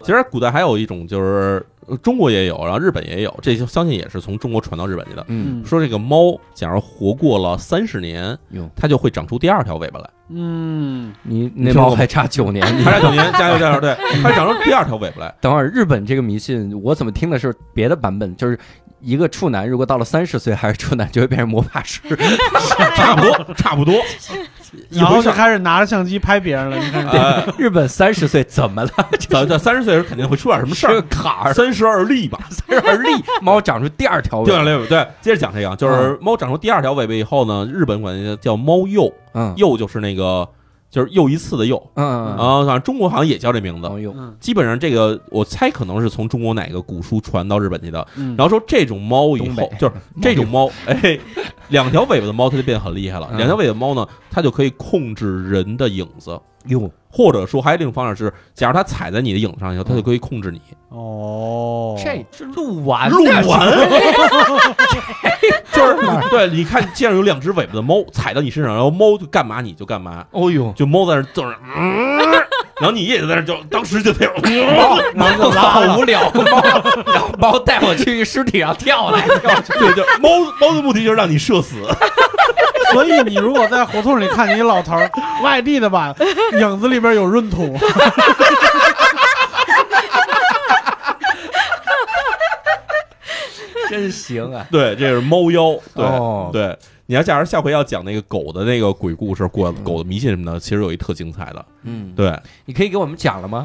其实古代还有一种就是呃中国也有，然后日本也有，这就相信也是从中国传到日本去的。嗯嗯说这个猫，假如活过了三十年哟，它就会长出第二条尾巴来。嗯，你那猫还差九年，你 还是九年，加油加 油！对，它长出第二条尾巴来。等会儿日本这个迷信，我怎么听的是别的版本，就是一个处男如果到了三十岁还是处男，就会变成魔法师。 差不 多，差不多。然后就看，开始拿着相机拍别人了。 你看，哎，日本三十岁怎么了？ 咱咱三十岁的时候肯定会出点什么事这儿。坎儿，三十而立吧，三十而立，猫长出第二条第二尾。条尾巴。对，接着讲这个啊，就是猫长出第二条尾巴以后呢，日本管它叫猫鼬，嗯鼬就是那个就是又一次的鼬嗯哦啊，啊，反正中国好像也叫这名字。猫鼬，嗯基本上这个我猜可能是从中国哪个古书传到日本去的。嗯，然后说这种猫以东后北就是这种 猫，哎，两条尾巴的猫它就变很厉害了。嗯两条尾巴的猫呢，它就可以控制人的影子，哟，或者说还有另一种方式是，假如它踩在你的影子上以后，它就可以控制你。哦，这这录完鹿呢 丸，就是对，你看，见着有两只尾巴的猫踩到你身上，然后猫就干嘛你就干嘛，哦呦，就猫在那儿就是，嗯然后你也在那儿嗯就当时就得，猫猫好哦无聊，猫让猫带我去尸体上跳来跳去， 对，就猫猫的目的就是让你射死。 所以你如果在胡同里看你老头儿外地的吧，影子里边有闰土， 真行啊！对，这是猫妖。对、哦对，你要假如下回要讲那个狗的那个鬼故事，狗狗的迷信什么的，其实有一特精彩的。嗯，对，你可以给我们讲了吗？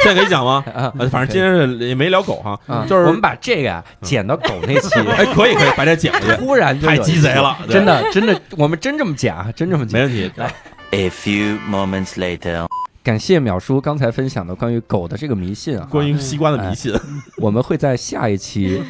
现在可以讲吗？ 啊呃反正今天是也没聊狗哈，啊就是我们把这个啊剪到狗那期， 哎，可以可以把这剪过去， 突然就有太鸡贼了，对真，的真的，我们真这么讲啊，真这么讲。没 问题。 A few moments later. 感谢淼叔刚才分享的关于狗的这个迷信啊，关于西瓜的迷信，我们会在下一期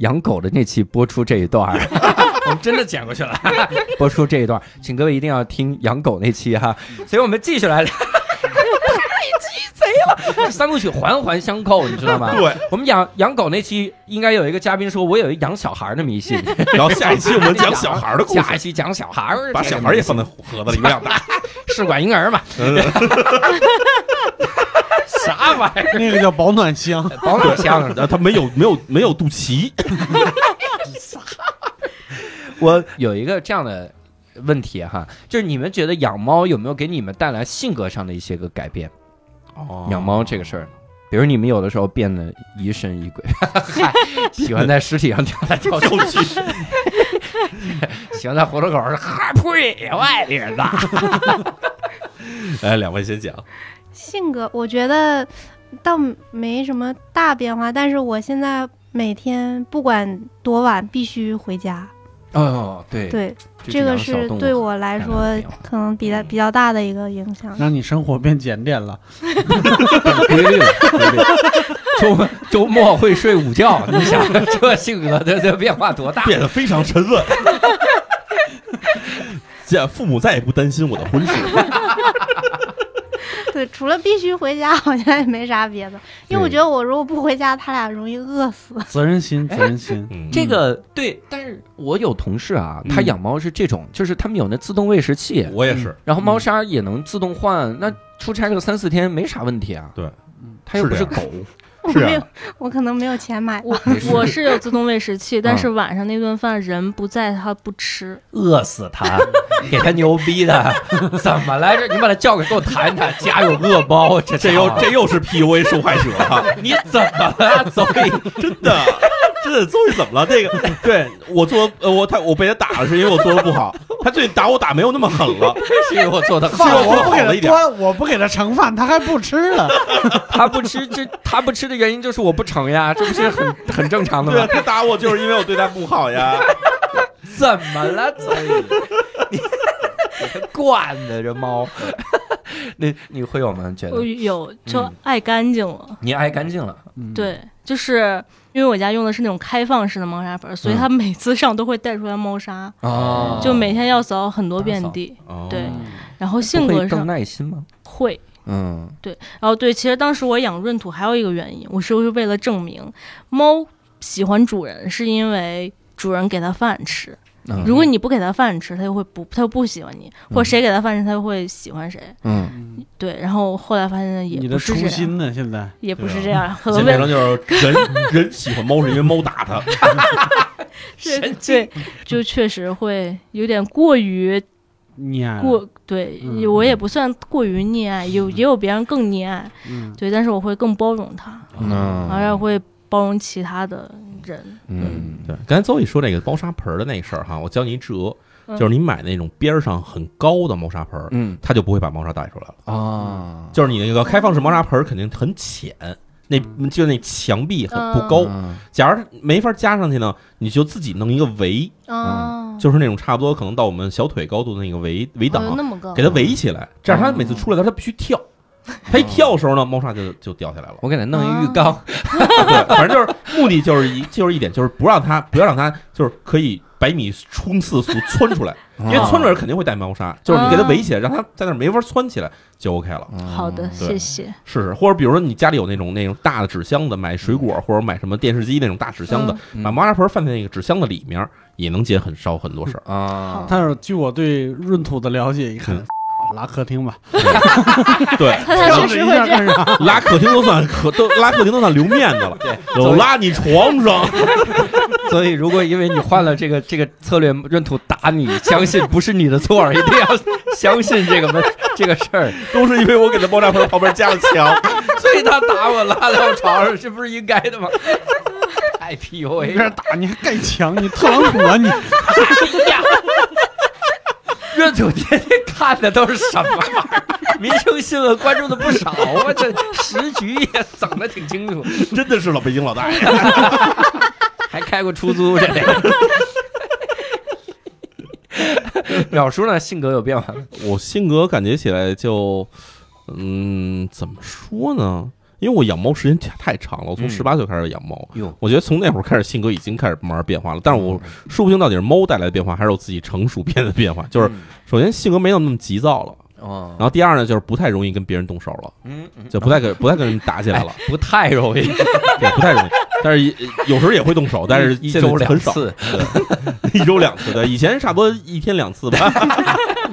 养狗的那期播出这一段儿。 我们真的剪过去了， 播出这一段儿，请各位一定要听养狗那期哈。所以我们继续来聊， 太鸡贼了， 三部曲环环相扣，你知道吗？ 对，我们养养狗那期应该有一个嘉宾说，我有一养小孩儿的迷 信。然后下一期我们讲小孩的故下一事，期讲小孩儿，嗯把小孩也放在盒子里面养大。试管婴儿 嘛，啥玩意儿？那个叫保暖箱。保暖箱然后呃他没有没有没有肚脐， 我有一个这样的问题哈，就是你们觉得养猫有没有给你们带来性格上的一些个改变？哦养猫这个事儿，比如你们有的时候变得疑神疑 鬼，嗨喜欢在尸体上跳 来跳去，都去，喜欢在胡同口上哈呸，外地人的，哎，两位先讲，性格我觉得倒没什么大变化，但是我现在每天不管多晚必须回家，哦，对，对，就这个养小是动物对我来太说难了可能比较嗯比较大的一个影响。让你生活变检点了，规律了，规律了。周周末会睡午觉，你想这性格这这变化多大？变得非常沉稳。 现，父母再也不担心我的婚事。对，除了必须回家，好像也没啥别的。因为我对觉得我如果不回家，他俩容易饿死。 责任心，责任心。嗯这个对，但是我有同事啊，他嗯养猫是这种，就是他们有那自动喂食器，我也是，然后猫砂也能自动换，那出差个三四天没啥问题啊。对嗯，它又不是是这狗，我是啊没有，我可能没有钱买吧。我没事 我是有自动喂食器，嗯但是晚上那顿饭人不在，他不吃。饿死它，给它牛逼 的，怎么来着？你把它叫过来，给我谈 谈，家有恶猫，这这又这又是 PUA 受害者啊！你怎么了？走真的，真的，终于怎么了？这个对我做呃我他我被他打了，是因为我做的不好。他最近打我打没有那么狠了，是因为我做哎的 是啊我我做不好了一给他点。端，我不给他盛饭，他还不吃啊了。他不吃这，他不吃的原因就是我不成呀， 这不是很很正常的对啊吗？，他打我就是因为我对他不好呀。怎么了？怎 么你给它惯的这猫， 那你会有吗？觉我得有就嗯爱干净了，你爱干净了，对，就是因为我家用的是那种开放式的猫砂盆，所以它每次上都会带出来猫砂，哦就每天要扫很多遍打扫地。哦对，然后性格更上耐心吗？会，嗯，然后对，其实当时我养闰土还有一个原因，我是为了证明猫喜欢主人，是因为主人给它饭吃。嗯如果你不给它饭吃，它就会不，它就不喜欢你；或者谁给它饭吃，它就会喜欢谁。嗯，对，然后后来发现也你不的是初这样，心呢？现在也不对啊是这样，可现能变为成就是人人喜欢猫是因为猫打他，是对，就确实会有点过于溺爱了，过，对、嗯我也不算过于溺爱，有嗯也有别人更溺爱，嗯，对，但是我会更包容他，嗯然后也会包容其他的人，嗯，对，刚才邹宇说这个猫砂盆儿的那事儿哈，我教你一辙，嗯就是你买那种边儿上很高的猫砂盆儿，嗯它就不会把猫砂带出来了。啊，就是你那个开放式猫砂盆儿肯定很浅，那就那墙壁很不高。嗯假如没法加上去呢，你就自己弄一个围，嗯哦，就是那种差不多可能到我们小腿高度的那个围围挡哦，有那么高给。它围起来。这样它每次出来的时候它必须跳，它一跳的时候呢，猫砂就就掉下来了。我给它弄一浴缸，对， 反正就是目的就是一就是一点，就是不让它不要让它就是可以百米冲刺速窜出来，因为窜出来肯定会带猫砂，就是你给它围起来，让它在那儿没法窜起来就 OK 了。嗯好的，谢对谢。试试，或者比如说你家里有那种那种大的纸箱子，买水果或者买什么电视机那种大纸箱子，嗯把猫砂盆放在那个纸箱子里面，也能解很少很多事儿。啊，但是据我对闰土的了解，一看嗯。拉客厅吧， 对，他他确这实一会下这干样，啥？拉客厅都算可都拉客厅都算留面子了，有拉你床上， 所以如果因为你换了这个这个策略闰土打你，相信不是你的错，一定要相信这个 问这个事儿，都是因为我给他猫砂盆旁边加了墙。所以他打我拉到床上，这不是应该 的吗？哎太一 PUA 边了，打你还盖墙，你特朗普啊 你！哎呀，闰土天天看的都是什么玩意儿？民生新闻关注的不少啊，这时局也整的挺清楚。真的是老北京老大爷。还开过出租这 得。淼叔呢，性格有变化吗，我性格感觉起来就，嗯，怎么说呢？因为我养猫时间太太长了，我从嗯十八岁开始养猫。哟，我觉得从那会儿开始，性格已经开始慢慢变化了。但是我嗯说不清到底是猫带来的变化，还是我自己成熟变得变化。就是嗯首先性格没有那么急躁了，哦然，后第二呢，就是不太容易跟别人动手了，嗯，就不太跟不太跟人打起 来了，不太容易，对，不太容易。但是也有时候也会动手，但是一现在周两很少，次，一周两次对，以前差不多一天两次吧。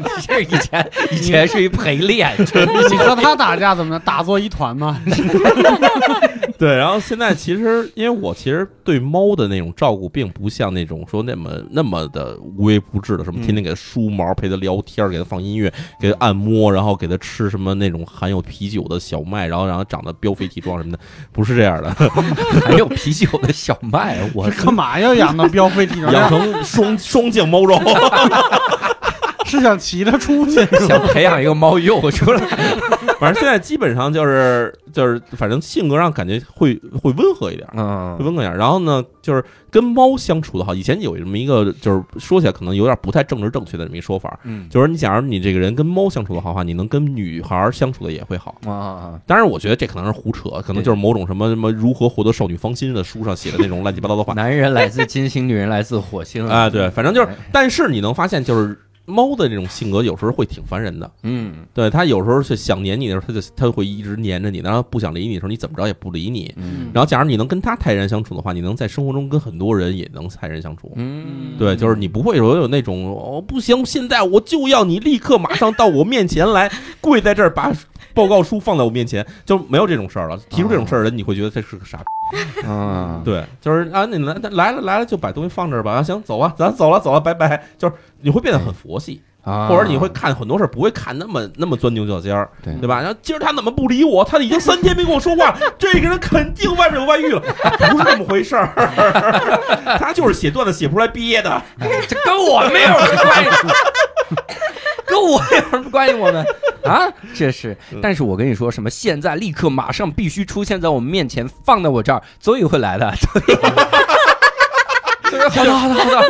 这是以前以前是一陪练， 你和他打架怎么着？打作一团吗？ 对，然后现在其实，因为我其实对猫的那种照顾，并不像那种说那么那么的无微不至的，什么嗯天天给它梳毛、陪它聊天、给它放音乐、给它按摩，然后给它吃什么那种含有啤酒的小麦，然后让它长得膘肥体壮什么的，不是这 样的，还有啤酒的小麦，我是干嘛要养到标飞体 养上？成双双酱 猫肉。是想骑着出去？想培养一个猫鼬出来，反正现在基本上就是就是，反正性格上感觉会会温和一点。会嗯温和点儿。然后呢，就是跟猫相处的好。以前有这么一个，就是说起来可能有点不太政治正确的这么一说法，嗯就是你假如你这个人跟猫相处的好的话，你能跟女孩儿相处的也会好。啊，。当然，我觉得这可能是胡扯，可能就是某种什么什么如何获得少女芳心的书上写的那种乱七 八糟的话男人来自金星，女人来自火星哎啊，对，反正就是，但是你能发现，就是猫的这种性格有时候会挺烦人的，嗯对它有时候是想粘你的时候，它就它就会一直粘着你，然后不想理你的时候，你怎么着也不理你。嗯然后，假如你能跟它泰然相处的话，你能在生活中跟很多人也能泰然相处。嗯对，就是你不会有有那种哦不行，现在我就要你立刻马上到我面前来，跪在这儿把报告书放在我面前，就没有这种事儿了。提出这种事儿的人，你会觉得这是个傻逼。啊，对，就是啊，你来来了来了就把东西放这儿吧，啊行，走啊，咱走了走了，拜拜。就是你会变得很佛系，啊或者你会看很多事儿不会看那么那么钻牛角尖儿，对对吧？然后今儿他怎么不理我？他已经三天没跟我 说话，这个人肯定外面有外遇了， 不是这么回事儿。 他就是写段子写不出来憋的。 这跟我没有什么关系，跟我有什么关系？ 我们啊，这是嗯，但是我跟你说，什么现在立刻马上必须出现在我们面前，放到我这儿，总有会来的。总有 就是 好的，好的，好的，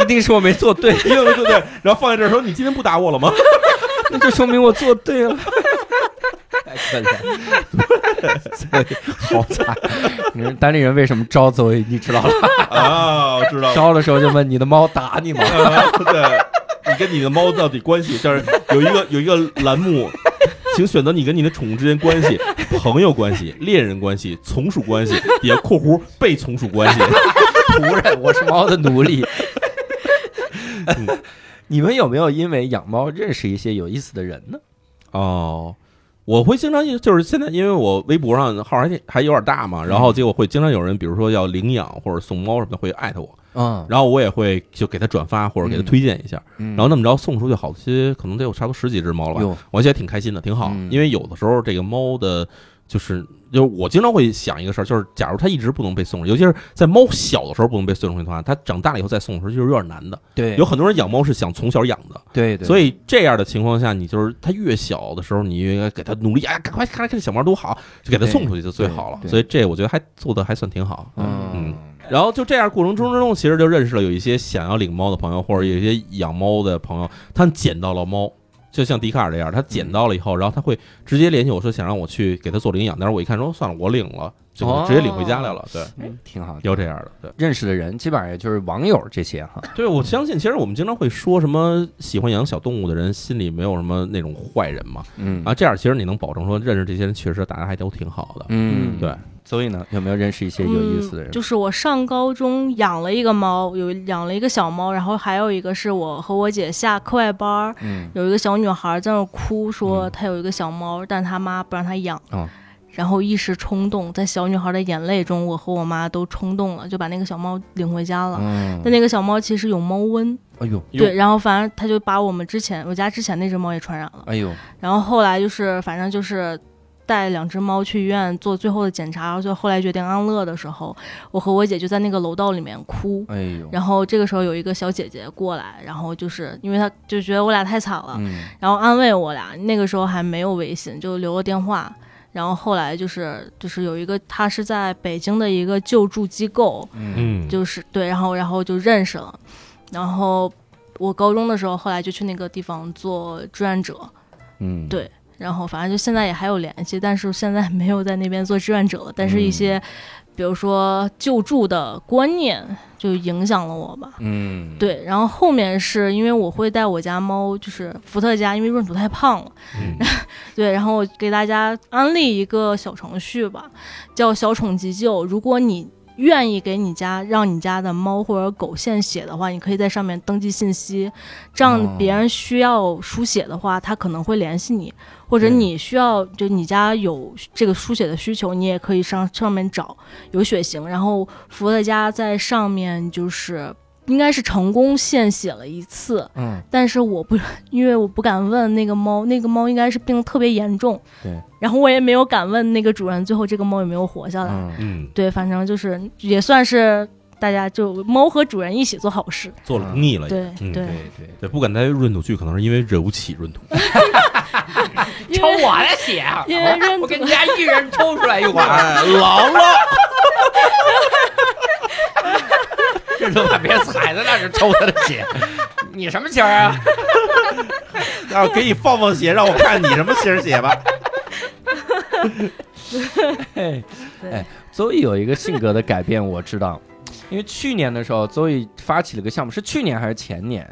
一定是我没做对，对对对对，然后放在这儿说你今天不打我了吗？那就说明我做对了。太可怜了，所以哎好惨。你说单立人为什么招邹毅？你知道了？ 啊，我知道了。招的时候就问你的猫打你吗？ 啊对，你跟你的猫到底关系？就是有一个有一个栏目，请选择你跟你的宠物之间关系、朋友关系、恋人关系、从属关系，底下括弧被从属关系。仆人，我是猫的奴 隶。嗯你们有没有因为养猫认识一些有意思的人呢？哦，我会经常就是现在，因为我微博上号还挺还有点大嗯嘛，然后结果会经常有人，比如说要领养或者送猫什么的，会艾特我，啊，然后我也会就给他转发或者嗯给他推荐一下，然然后那么着送出去好些，可能得有差不多十几只猫了吧，哟，我觉得挺开心的，挺好，嗯因为有的时候这个猫的。就是就是我经常会想一个事儿，就是假如它一直不能被送出去，尤其是在猫小的时候不能被送出去的话，它长大了以后再送出去就是有点难的。对，有很多人养猫是想从小养的，对对，所以以这样的情况下，你就是他越小的时候，你越应该给他努力，哎，赶快看看这小猫多好，就给他送出去就最好了对。对所以这我觉得还做的还算挺好。嗯，然后就这样过程中之中，其实就认识了有一些想要领猫的朋友，或者有一些养猫的朋友，他们捡到了猫。就像笛卡尔这样，他捡到了以后，然后他会直接联系我说想让我去给他做领养，但是我一看说算了，我领了，就哦直接领回家来了。对，挺好的。要这样的，对。认识的人基本上也就是网友这些哈，对，我相信，其实我们经常会说什么喜欢养小动物的人心里没有什么那种坏人嘛，嗯啊，这样其实你能保证说认识这些人，确实大家还都挺好的。嗯，对，所以呢，有没有认识一些有意思的人？嗯。就是我上高中养了一个猫，有养了一个小猫，然后还有一个是我和我姐下课外班儿，嗯有一个小女孩在那儿哭，说嗯她有一个小猫，但她妈不让她养。哦然后一时冲动，在小女孩的眼泪中，我和我妈都冲动了，就把那个小猫领回家了。嗯，但那个小猫其实有猫瘟，哎呦，哟对，然后反正它就把我们之前我家之前那只猫也传染了。哎呦，然后后来就是，反正就是带两只猫去医院做最后的检查，就后来决定安乐的时候，我和我姐就在那个楼道里面哭。哎呦，然后这个时候有一个小姐姐过来，然后就是因为她就觉得我俩太惨了，嗯然后安慰我俩。那个时候还没有微信，就留了电话。然后后来就是就是有一个，她是在北京的一个救助机构，嗯嗯就是对，然后然后就认识了，然后我高中的时候后来就去那个地方做志愿者，嗯，对然后反正就现在也还有联系，但是现在没有在那边做志愿者了。但是一些，比如说救助的观念就影响了我吧。嗯，对，然后后面是因为我会带我家猫，就是伏特加，因为闰土太胖了。嗯对，然后我给大家安利一个小程序吧，叫“小宠急救”。如果你愿意给你家让你家的猫或者狗献血的话，你可以在上面登记信息，这哦样别人需要输血的话，他可能会联系你，或者对你需要就你家有这个输血的需求，你也可以上上面找有血型，然后伏特加在上面就是。应该是成功献血了一次，嗯，但是我不， 因为我不敢问那个猫，那个猫应该是病得特别严重。对。然后我也没有敢问那个主人，最后这个猫有没有活下来。嗯嗯，对，反正就是也算是大家就猫和主人一起做好事。做了公益了也。对、嗯对，对对，对，不敢带闰土去，可能是因为惹不起闰土。因抽 为我的血啊，因为认我给你家一人抽出来 一管，姥姥，这他妈别踩在那儿就抽他的 血，你什么情儿啊？啊，给你放放血，让我看你什么型血吧。 哎对哎，邹毅有一个性格的改啊变，我知道，因为去年的时候，邹毅发起了个项目，是去年还是前年？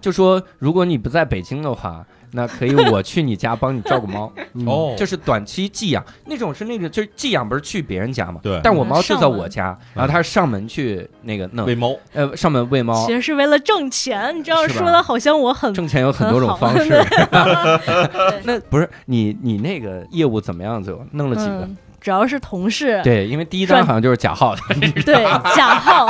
就说如果你不在北京的话，那可 以我去你家帮你照顾猫，嗯， 哦，就是短期寄养那种是那个就是寄养不是去别人家嘛？对但我猫就在上门我家，然后它是上门去那个弄喂，猫，呃，上门喂猫其。实是为了挣钱，你这样是吧说的好像我很挣钱有很多种方式， 那不是你你那个业务怎么样？最后弄了几个？嗯，只要是同事，对，因为第一张赚好像 就是假号的，对贾浩，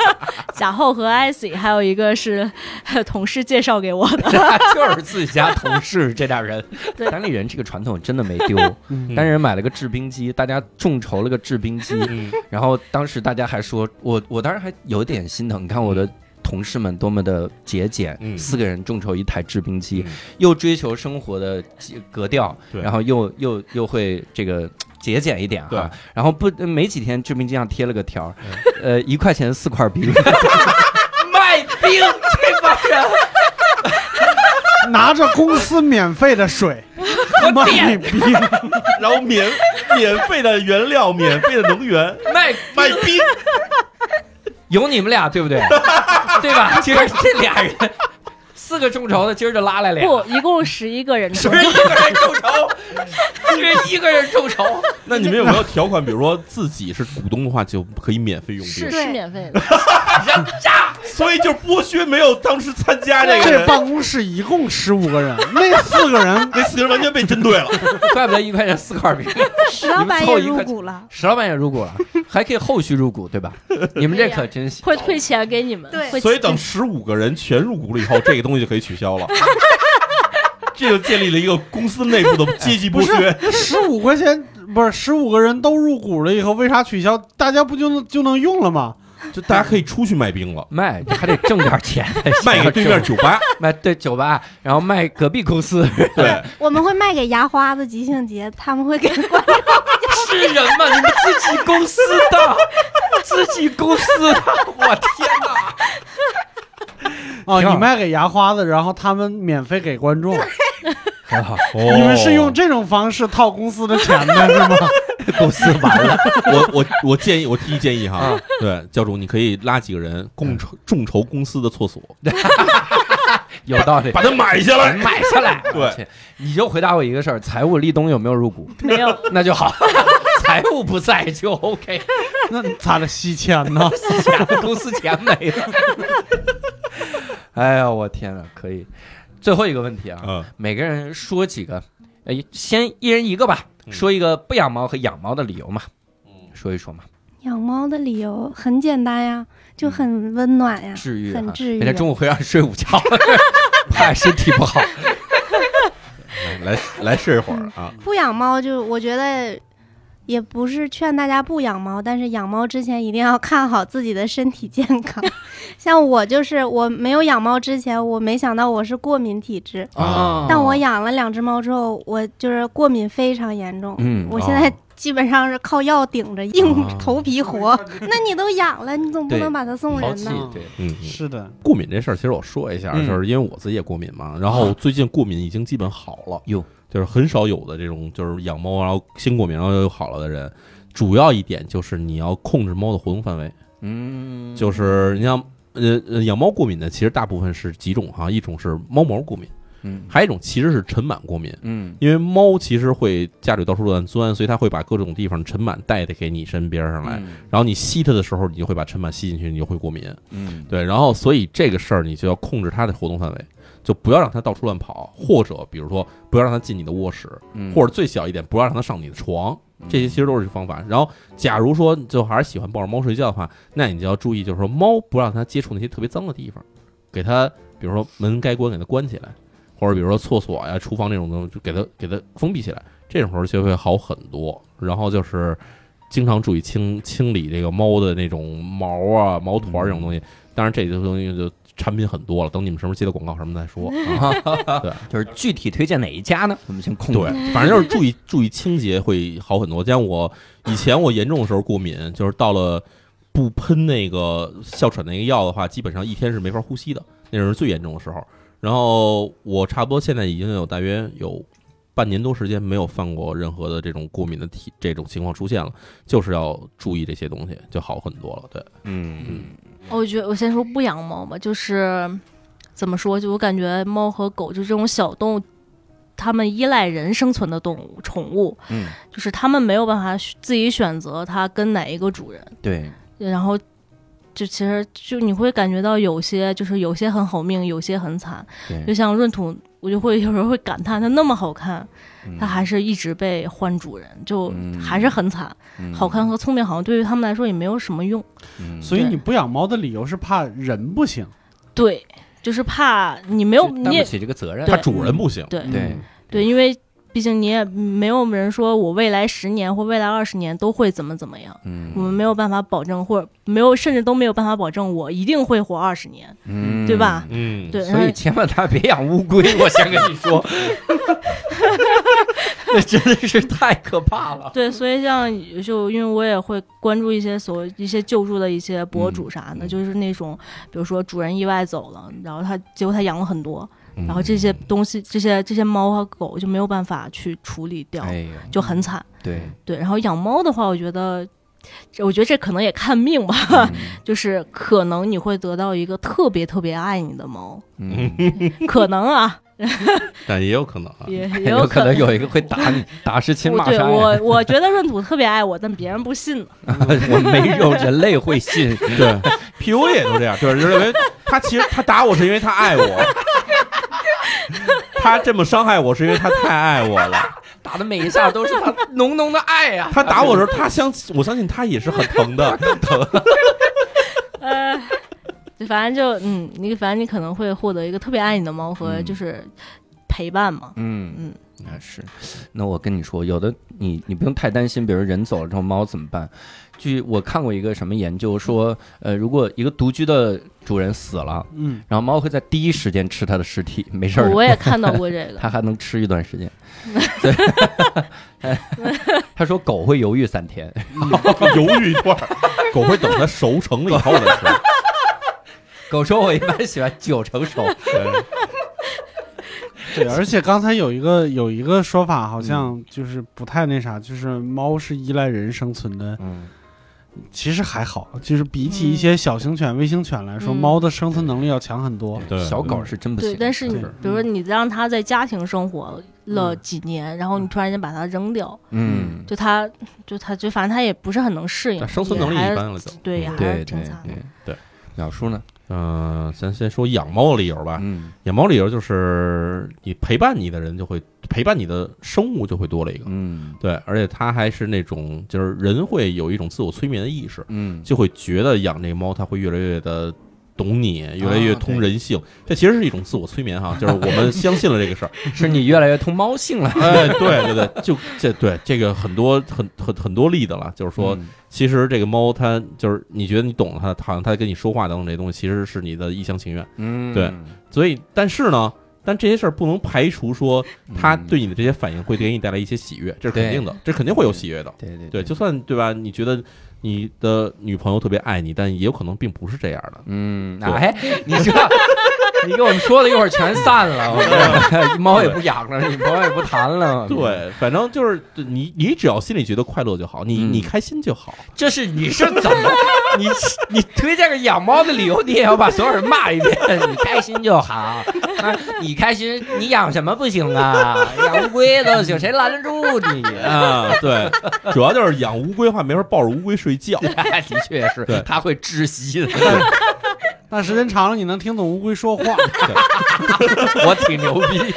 贾浩和艾希，还有一个是 呃同事介绍给我的， 就是自己家同事这俩人。对单立人这个传统真的没丢，嗯单立人买了个制冰机，大家众筹了个制冰机，嗯然后当时大家还说，我我当时还有点心疼，你看我的。同事们多么的节俭，嗯四个人众筹一台制冰机，嗯又追求生活的格调，对然后又又又会这个节俭一点对哈，然后不没几天制冰机上贴了个条儿，呃，一块钱四块冰， 卖冰这帮人 拿着公司免费的 水卖冰，然后免 免费的原料，免费的能源， 卖卖冰，有你们俩对 不对？对吧？今儿这俩人，四个众筹的，今儿就拉来俩，不，一共十一个人是中不是一个人众 筹？是一个人众筹？那你们有没有条款？比如说自己是股东的话，就可以免费用是冰，对是免费的，所以就剥削没有当时参加这个这人，办公室一共十五个人，那四个 人那四个人完全被针对 了。怪不得一块钱四块饼，石老板你们也凑一入块股了，石老板也入股了，还可以后续入股，对吧？你们这可真行。会退钱给你们。对会所以等十五个人全入股了以后，这个东西就可以取消了。 这就建立了一个公司内部的阶级剥不削是。十五块钱，不是十五个人都入股了以后，为啥取消？大家不就能就能用了吗？就大家可以出去卖冰了，卖还得挣点 钱，哎卖给对面酒 吧。卖对酒吧，然后卖隔壁公 司，对，我们会卖给牙花子、吉庆节，他们会给 关。是人吗？你们自己公司的，自己公司的，我天哪！哦，挺好你卖给牙花子，然后他们免费给观众，很好，你们是用这种方式套公司的钱的是吗？公司完 了，我我我建议，我提一建议哈，对教主，你可以拉几个人共筹众筹公司的厕所，有道理把。它买下来。买下来，对我去，你就回答我一个事儿：财务立冬有没有入 股？没有，那就好， 财务不在就 OK，那咋的吸钱呢？私下公司钱没 了。哎呀，我天哪，可以。最后一个问题啊，嗯，每个人说几个，呃，先一人一个吧，嗯说一个不养猫和养猫的理由嘛，说一说嘛，养猫的理由很简单呀，嗯就很温暖嗯呀，治愈哈啊很治愈啊每。天中午会让你睡午觉， 怕身体不 好。来来来试一会儿啊，不养猫就我觉得。也不是劝大家不养猫，但是养猫之前一定要看好自己的身体健康。 像我就是我没有养猫之前，我没想到我是过敏体质，啊哦但我养了两只猫之后，我就是过敏非常严重。嗯我现在基本上是靠药顶着，啊硬头皮活。 那你都养了，你总不对能把它送抛人弃 吧？ 啊对。嗯，是的，过敏这事儿，其实我说一下，嗯就是因为我自己也过敏嘛，然后最近过敏已经基本好了，哟，就是很少有的这种就是养猫然后先过敏然后又好了的人。主要一点就是你要控制猫的活动范围，嗯，就是你像呃呃养猫过敏的，其实大部分是几种哈，一种是猫毛过敏，嗯还有一种其实是尘螨过敏。嗯因为猫其实会家里到处乱钻，所以它会把各种地方尘螨带的给你身边上来，然后你吸它的时候，你就会把尘螨吸进去，你就会过敏。嗯，对，然后所以这个事儿你就要控制它的活动范围，就不要让它到处乱跑，或者比如说不要让它进你的卧室，嗯或者最小一点，不要让它上你的床。这些嗯其实都是方法。然后，假如说就还是喜欢抱着猫睡觉的话，那你就要注意，就是说猫不让它接触那些特别脏的地方，给它比如说门该关给它关起来，或者比如说厕所呀、厨房这种东西，就给它给它封闭起来，这种时候就会好很多。然后就是经常注意清清理这个猫的那种毛啊、毛团儿这种东西。当然，这些东西就产品很多了，等你们什么时候接到广告什么再说。啊就是具体推荐哪一家呢？我们先控制。 对，反正就是注意注意清洁会好很多。像我以前我严重的时候过敏，就是到了不喷那个哮喘那个药的话，基本上一天是没法呼吸的，那是最严重的时候。然后我差不多现在已经有大约有半年多时间没有犯过任何的这种过敏的体这种情况出现了，就是要注意这些东西就好很多了。对，嗯哦我觉得我先说不养猫吧，就是怎么说？就我感觉猫和狗就这种小动物，它们依赖人生存的动物宠物，嗯，就是它们没有办法选自己选择它跟哪一个主人，对，然后就其实就你会感觉到有些就是有些很好命，有些很惨，对就像闰土，我就会有 时候会感叹它那么好看，嗯它还是一直被换主人，就嗯还是很惨。好看，和聪明好像对于他们来说也没有什么用。嗯嗯所以对你不养猫的理由是怕人不行，对，就是怕你没有就你担不也起这个责任，怕主人不行。对对对，因为毕竟你也没有人说我未来十年或未来二十年都会怎么怎么样，嗯我们没有办法保证，或者没有甚至都没有办法保证我一定会活二十年，嗯对吧？？嗯，对，然所以后千万他别养乌龟，我先跟你说， 那真的是太可怕了。对，所以像就因为我也会关注一些所谓一些救助的一些博主啥的，嗯就是那种比如说主人意外走了，然后他结果他养了很多，然后这嗯些东西这些这些猫和狗就没有办法去处理掉，哎呦，就很惨。对，对，然后养猫的话，我觉得。这我觉得这可能也看命吧，嗯 就是可能你会得到一个特别特别爱你的猫，嗯，可 能啊，但也有可能啊。也也有可可能有一个会打你，打是亲，我骂对是爱，我我觉得 闰土特别爱我，但别人不信呢。 我没有人类会 信。对，PUA 也都这样，就是 认为他其实他打我是因为他爱我，他这么伤害我是因为他太爱我了。打的每一下都是他浓浓的爱啊呀、他打我的时候，他相我相信他也是很疼的， 疼。呃，就反正就嗯，你反正你可能会获得一个特别爱你的猫和嗯就是陪伴嘛。嗯嗯，那是。那我跟你说，有的你你不用太担心，比如人走了之后猫怎么办？据我看过一个什么研究说，呃，如果一个独居的主人死了，嗯，然后猫会在第一时间吃它的尸体，没事儿哦 我，也看到过这个。它还能吃一段时 间。对 他说狗会犹豫三天，犹豫一段儿，狗会等它熟成了以后再吃。狗说我一般喜欢九成熟，对对。而且刚才有一个有一个说法，嗯好像就是不太那啥，就是猫是依赖人生存的，嗯，其实还好，就是比起一些小型犬、微型犬来说，嗯猫的生存能力要强很多。嗯对嗯小狗是真不行嗯对，，但是你是嗯比如说你让它在家庭生活了几年，然后你突然间把它扔掉，嗯，就它就它就反正它也不是很能适应，但生存能力也还一般了就。对呀，还嗯对是对挺惨对。的对，鸟叔呢？嗯、咱先说养猫的理由吧。嗯养猫理由就是你陪伴你的人就会陪伴你的生物就会多了一个。嗯对，而且它还是那种就是人会有一种自我催眠的意识，嗯，就会觉得养这个猫它会越来越的懂你，越来越通人性。这其实是一种自我催 眠哈，就是我们相信了这个事儿。是你越来越通猫性了。哎，对对对，就这对这个很多很很很多例子了，就是 说嗯其实这个猫它就是你觉得你懂它，好像它跟你说话等等这些东西，其实是你的一厢情愿。嗯，对所以，但是呢，但这些事儿不能排除说它嗯对你的这些反应会给你带来一些喜悦，这是肯定的，这肯定会有喜悦的。对对嗯对，就算对吧？你觉得你的女朋友特别爱你，但也有可能并不是这样的。嗯，对哎，你这你给我们说的一会儿全散了， 我们猫也不养了，女朋友也不谈了，，对，反正就是你，你只要心里觉得快乐就好，你嗯你开心就好。这是你是怎么你你推荐个养猫的理由，你也要把所有人骂一遍，你开心就好，啊你开心，你养什么不行啊？养乌龟都行，谁拦得住你啊？啊，对， 主要就是养乌龟的话，没法抱着乌龟睡觉。的确是对，它会窒息的。那时间长了，你能听懂乌龟说话。我挺牛逼，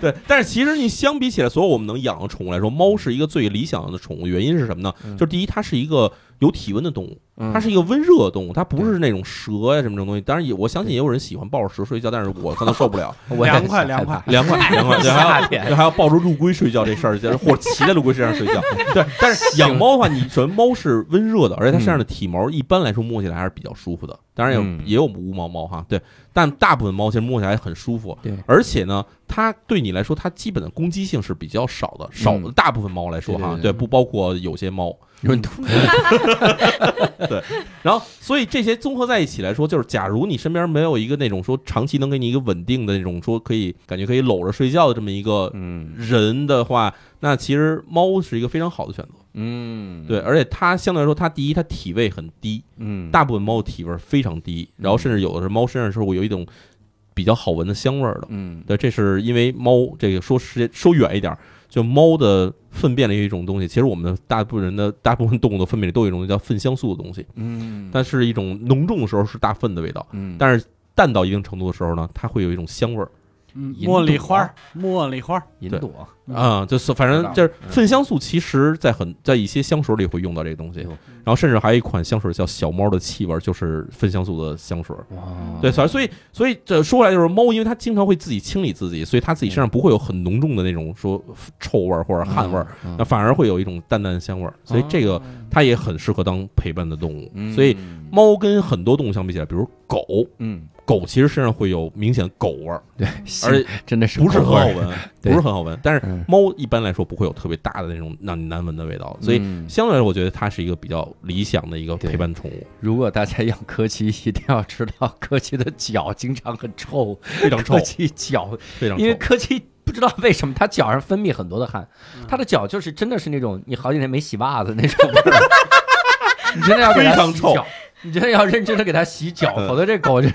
对，但是其实你相比起来，所有我们能养的宠物来说，猫是一个最理想的宠物。原因是什么呢？嗯就是第一，它是一个有体温的动物，它它是一个温热的动物，它不是那种蛇呀、什么这种东西。当然也，我相信也有人喜欢抱着蛇睡觉，但是 我可能受不了，凉快凉快，凉快凉快。对，还夏有天对还要抱着陆龟睡觉这事儿，就是或者骑在陆龟身上睡觉。对，但是养猫的话，你首先猫是温热的，而且它身上的体毛一般来说摸起来还是比较舒服的。当然有、嗯也有无毛猫哈，对，但大部分猫其实摸起来很舒服。对而且呢，它对你来说，它基本的攻击性是比较少的，少、嗯大部分猫来说哈，对对对不包括有些猫。闰土，然后，所以这些综合在一起来说，就是假如你身边没有一个那种说长期能给你一个稳定的那种说可以感觉可以搂着睡觉的这么一个嗯人的话，那其实猫是一个非常好的选择。嗯，对，，而且它相对来说，它第一，它体味很低，嗯，大部分猫体味非常低，然后甚至有的是猫身上是会有一种。比较好闻的香味儿的。嗯，对，这是因为猫这个说时间说远一点儿，就猫的粪便里有一种东西，其实我们的大部分人的大部分动物的粪便里都有一种叫粪香素的东西，嗯，但是一种浓重的时候是大粪的味道，嗯，但是淡到一定程度的时候呢，它会有一种香味儿嗯银茉莉朵花儿，茉莉花儿，银对朵，嗯啊、就是反知道正就是嗯粪香素，其实在很在一些香水里会用到这个东西，哎呦然后甚至还有一款香水叫小猫的气味儿，就是粪香素的香水。哇对，所以所以所以这说回来就是猫，因为它经常会自己清理自己，所以它自己身上不会有很浓重的那种说臭味儿或者汗味儿，，嗯那反而会有一种淡淡的香味儿。所以这个它也很适合当陪伴的动物。嗯所以猫跟很多动物相比起来，比如狗，嗯，狗其实身上会有明显的狗味儿，而且真的是不是很口味好儿 闻，不对是很好闻。但是嗯猫一般来说不会有特别大的那种让你难闻的味道，所以嗯相对来说，我觉得它是一个比较理想的一个陪伴宠物，如果大家养柯基，一定要知道柯基的脚经常很臭，非 常臭柯，基脚非常臭因。为柯基不知道为什么它脚上分泌很多的汗，嗯它的脚就是真的是那种你好几天没洗袜子那种味 儿。你真的要给它非常洗臭脚，你真的要认真的给它洗 脚，嗯否则这狗就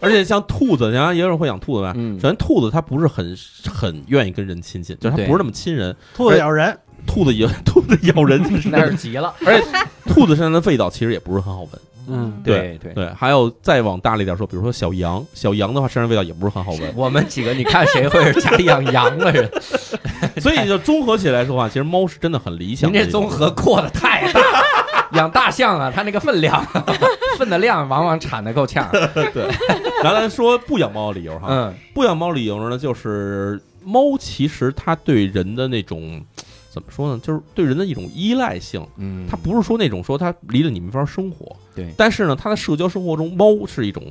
而且像兔子，人家也有人会养兔子吧？嗯首先，兔子它不是很很愿意跟人亲近，就是它对不是那么亲人。兔子咬人，兔子咬 兔子咬人， 就是那是急了。 而且兔子身上的味道其实也不是很好闻。嗯，对对，对，还有再往大了一点说，比如说小羊，小羊的话身上味道也不是很好 闻。我们几个你看谁会是家里养羊的人？所以就综合起来说话，其实猫是真的很 理想您的一这种。综合扩的太大。养大象啊，它那个分量， 粪的量往往产的够 呛。对，然后咱说不养猫的理由哈，嗯不养猫理由呢，就是猫其实它对人的那种怎么说呢，就是对人的一种依赖性。嗯它不是说那种说它离了你没法生活，对但是呢，它的社交生活中，猫是一种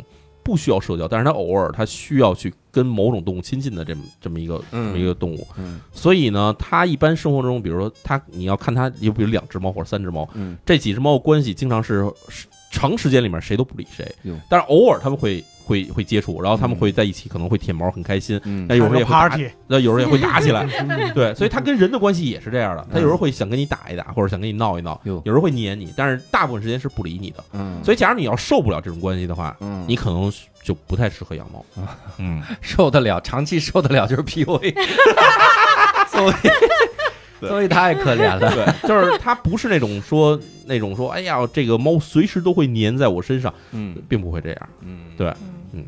不需要社交，但是它偶尔它需要去跟某种动物亲近的这么这么一个这嗯么一个动物。嗯所以呢，它一般生活中，比如说它，你要看它，有比如两只猫或者三只猫，嗯这几只猫的关系经常是是长时间里面谁都不理谁哟，但是偶尔他们会会会接触，然后他们会在一起，可能会舔毛，很开心。嗯那有时开候哎个也会打， party，那有时候也会打起来，嗯对，所以它跟人的关系也是这样的，它有时候会想跟你打一打，或者想跟你闹一闹，哟有时候会黏你，但是大部分时间是不理你的。嗯，所以，假如你要受不了这种关系的话，嗯你可能就不太适合养猫。嗯，受得了，长期受得了就是 PUA。所以，对所以太可怜了。对， 就是它不是那种说那种说，哎呀，这个猫随时都会粘在我身上，嗯并不会这样。嗯，对嗯嗯，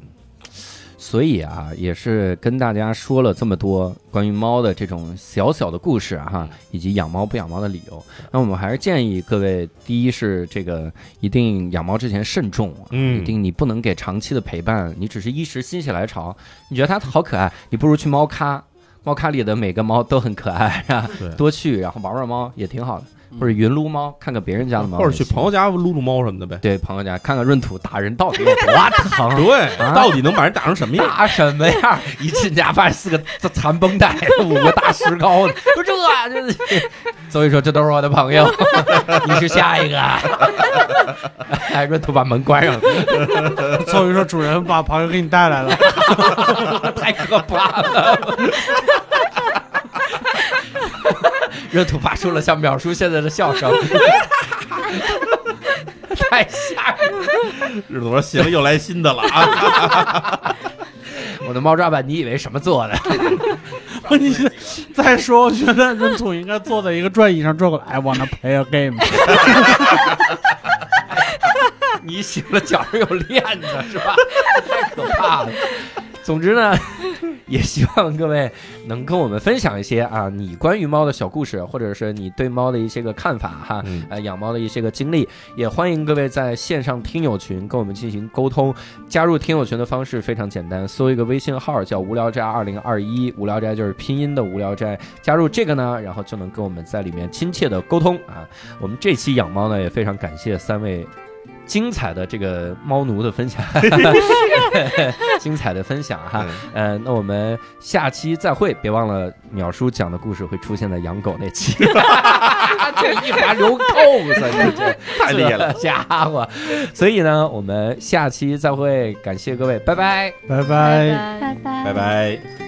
所以啊，也是跟大家说了这么多关于猫的这种小小的故事啊哈、嗯以及养猫不养猫的理由。那我们还是建议各位，第一是这个一定养猫之前慎重啊，嗯一定你不能给长期的陪伴，你只是一时心血来潮，你觉得它好可爱，你不如去猫咖。猫咖里的每个猫都很可爱，是吧对？嗯多去，然后玩玩猫也挺好的，或者云撸猫，看看别人家的猫或也者行，去朋友家撸撸猫什么的呗。对朋友家看看闰土打人到底有 多疼，对啊到底能把人打成什么 样？打什么样？一进家发现四个残绷带，五个大石膏，说这就是。 所以说这都是我的朋友， 你是下一个。 哎，闰土把门关上了， 所以说主人把朋友给你带来 了，太可怕了。 闰土发出了像淼叔现在的笑声， 太吓人了。日子说行，又来新的了啊！我的猫抓板，你以为什么做的？你再说，我觉得闰土应该坐在一个转椅上转过来，I wanna play a game， 你醒了脚上有链子是吧？太可怕了。总之呢， 也希望各位能跟我们分享一些啊，你关于猫的小故事，或者是你对猫的一些个看法哈，嗯 呃，养猫的一些个经历，也欢迎各位在线上听友群跟我们进行沟通。加入听友群的方式非常简单，搜一个微信号叫“无聊斋二零二一”，无聊斋就是拼音的无聊斋，加入这个呢，然后就能跟我们在里面亲切的沟通啊。我们这期养猫呢，也非常感谢三位精彩的这个猫奴的分享， 精彩的分享哈。呃，那我们下期再会，别忘了淼叔讲的故事会出现在养狗那 期。这一把留扣子，你 这太厉害了，这家伙！所以呢，我们下期再会，感谢各位，拜拜。拜拜拜。拜拜拜。拜。